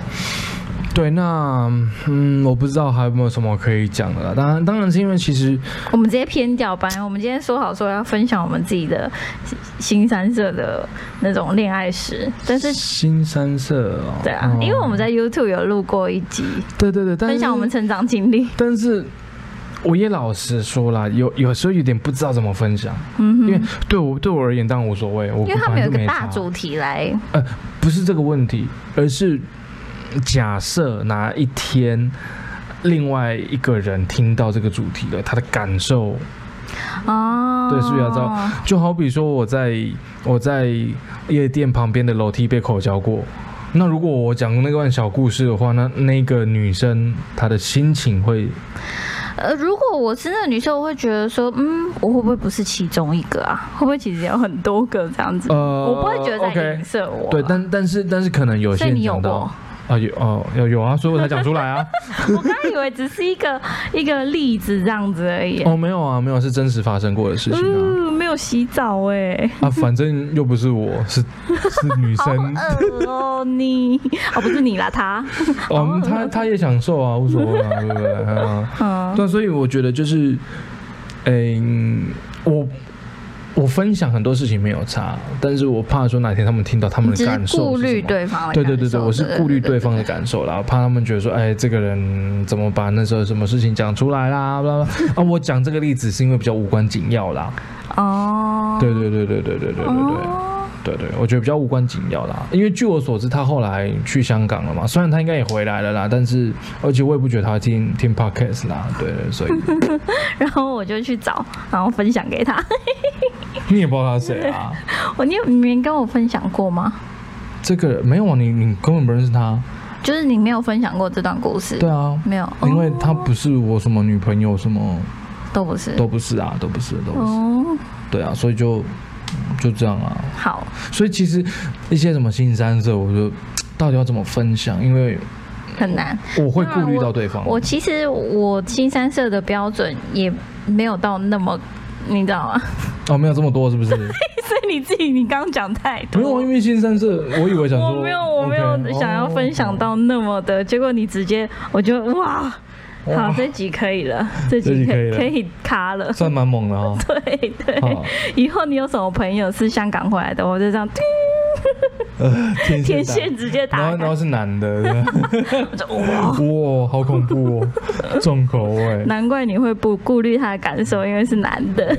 Speaker 2: 对，那嗯，我不知道还有没有什么可以讲的啦。当然，当然是因为其实
Speaker 1: 我们直接偏掉吧。我们今天说好说要分享我们自己的新新三色的那种恋爱史，但是
Speaker 2: 新三色哦，
Speaker 1: 对啊，
Speaker 2: 嗯
Speaker 1: 因为我们在 YouTube 有录过一集，
Speaker 2: 对对对，但是
Speaker 1: 分享我们成长经历。
Speaker 2: 但是我也老实说啦，有有时候有点不知道怎么分享，
Speaker 1: 嗯哼，
Speaker 2: 因为对我对我而言当然无所谓，我
Speaker 1: 因为他们有一
Speaker 2: 本来就
Speaker 1: 个
Speaker 2: 没
Speaker 1: 大
Speaker 2: 差呃
Speaker 1: 主题来，
Speaker 2: 不是这个问题，而是假设哪一天另外一个人听到这个主题了，他的感受，
Speaker 1: 哦，
Speaker 2: 对是比较糟就好比说我在我在夜店旁边的楼梯被口交过。那如果我讲那段小故事的话，那那个女生她的心情会
Speaker 1: 呃，如果我是那个女生，我会觉得说，嗯，我会不会不是其中一个啊？会不会其实有很多个这样子？
Speaker 2: 呃，
Speaker 1: 我不会觉得在
Speaker 2: OK，
Speaker 1: 影射我啊。
Speaker 2: 对，但但是但是可能有些
Speaker 1: 所以
Speaker 2: 人
Speaker 1: 你有
Speaker 2: 讲到
Speaker 1: 过？
Speaker 2: 啊有哦有有啊，所以我才讲出来 啊。
Speaker 1: 我刚刚以为只是一个一个例子这样子而已。
Speaker 2: 哦没有啊没有是真实发生过的事情啊。
Speaker 1: 嗯，没有洗澡哎、
Speaker 2: 啊，反正又不是我，是是女
Speaker 1: 好
Speaker 2: 生，
Speaker 1: 恶哦你，哦不是你啦 他，
Speaker 2: 我们哦她她也享受啊，无所谓啊，对不对？嗯
Speaker 1: 嗯
Speaker 2: 对啊，所以我觉得就是，嗯，我我分享很多事情没有差，但是我怕说哪天他们听到他们
Speaker 1: 嗯你只
Speaker 2: 的
Speaker 1: 是
Speaker 2: 感受，
Speaker 1: 顾虑。对方的
Speaker 2: 对
Speaker 1: 感受，
Speaker 2: 对对对，我是顾虑对方的感受啦，怕他们觉得说，哎，这个人怎么把那时候什么事情讲出来啦，blah blah blah 啊，我讲这个例子是因为比较无关紧要啦，
Speaker 1: 哦，
Speaker 2: 对对对对对对对对对。
Speaker 1: 哦
Speaker 2: 对对，我觉得比较无关紧要啦，因为据我所知，他后来去香港了嘛，虽然他应该也回来了啦，但是而且我也不觉得他听听 podcast 啦，对对，所以
Speaker 1: 然后我就去找，然后分享给他。
Speaker 2: 你也不知道他是谁啊，
Speaker 1: 我你有你没跟我分享过吗？
Speaker 2: 这个没有啊，你你根本不认识他，
Speaker 1: 就是你没有分享过这段故事，
Speaker 2: 对啊，
Speaker 1: 没有，
Speaker 2: 因为
Speaker 1: 哦
Speaker 2: 他不是我什么女朋友，什么
Speaker 1: 都不是，
Speaker 2: 都不是啊，都不是，都不是，
Speaker 1: 哦，
Speaker 2: 对啊，所以就就这样啊，
Speaker 1: 好，
Speaker 2: 所以其实一些什么新三色，我就到底要怎么分享，因为
Speaker 1: 很难。
Speaker 2: 我会顾
Speaker 1: 那
Speaker 2: 虑
Speaker 1: 我
Speaker 2: 到对方，
Speaker 1: 我其实我新三社的标准也没有到那么，你知道吗？
Speaker 2: 哦，没有这么多是不是？
Speaker 1: 所以你自己你刚讲太
Speaker 2: 没有啊，因
Speaker 1: 多。
Speaker 2: 为新三色，我以为想
Speaker 1: 我
Speaker 2: 说
Speaker 1: 没有，我没有
Speaker 2: OK，
Speaker 1: 想要分享
Speaker 2: 哦
Speaker 1: 到那么的，结果你直接，我就哇，好，
Speaker 2: 哇
Speaker 1: 这集可以了，这
Speaker 2: 这
Speaker 1: 集
Speaker 2: 集
Speaker 1: 可
Speaker 2: 可以
Speaker 1: 以
Speaker 2: 了
Speaker 1: 可以卡了，。
Speaker 2: 算蛮猛的哦
Speaker 1: 对 对
Speaker 2: 啊，
Speaker 1: 以后你有什么朋友是香港回来的，我就这样叮
Speaker 2: 呃，天
Speaker 1: 天
Speaker 2: 打
Speaker 1: 线哦直接打
Speaker 2: 然后然
Speaker 1: 开
Speaker 2: 后，是男的，对吧
Speaker 1: 我就哇。
Speaker 2: 哇，好恐怖哦，重口味。
Speaker 1: 难怪你会不顾虑他的感受，因为是男的。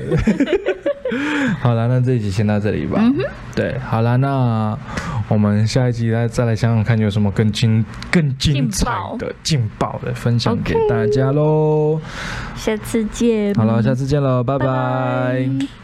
Speaker 2: 好了，那这一集先到这里吧。对，好了，那我们下一集再再来想想看有什么更精、更精彩的、劲爆的分享给大家喽。
Speaker 1: 下次见，
Speaker 2: 好了，下次见喽，拜
Speaker 1: 拜
Speaker 2: 拜
Speaker 1: 拜。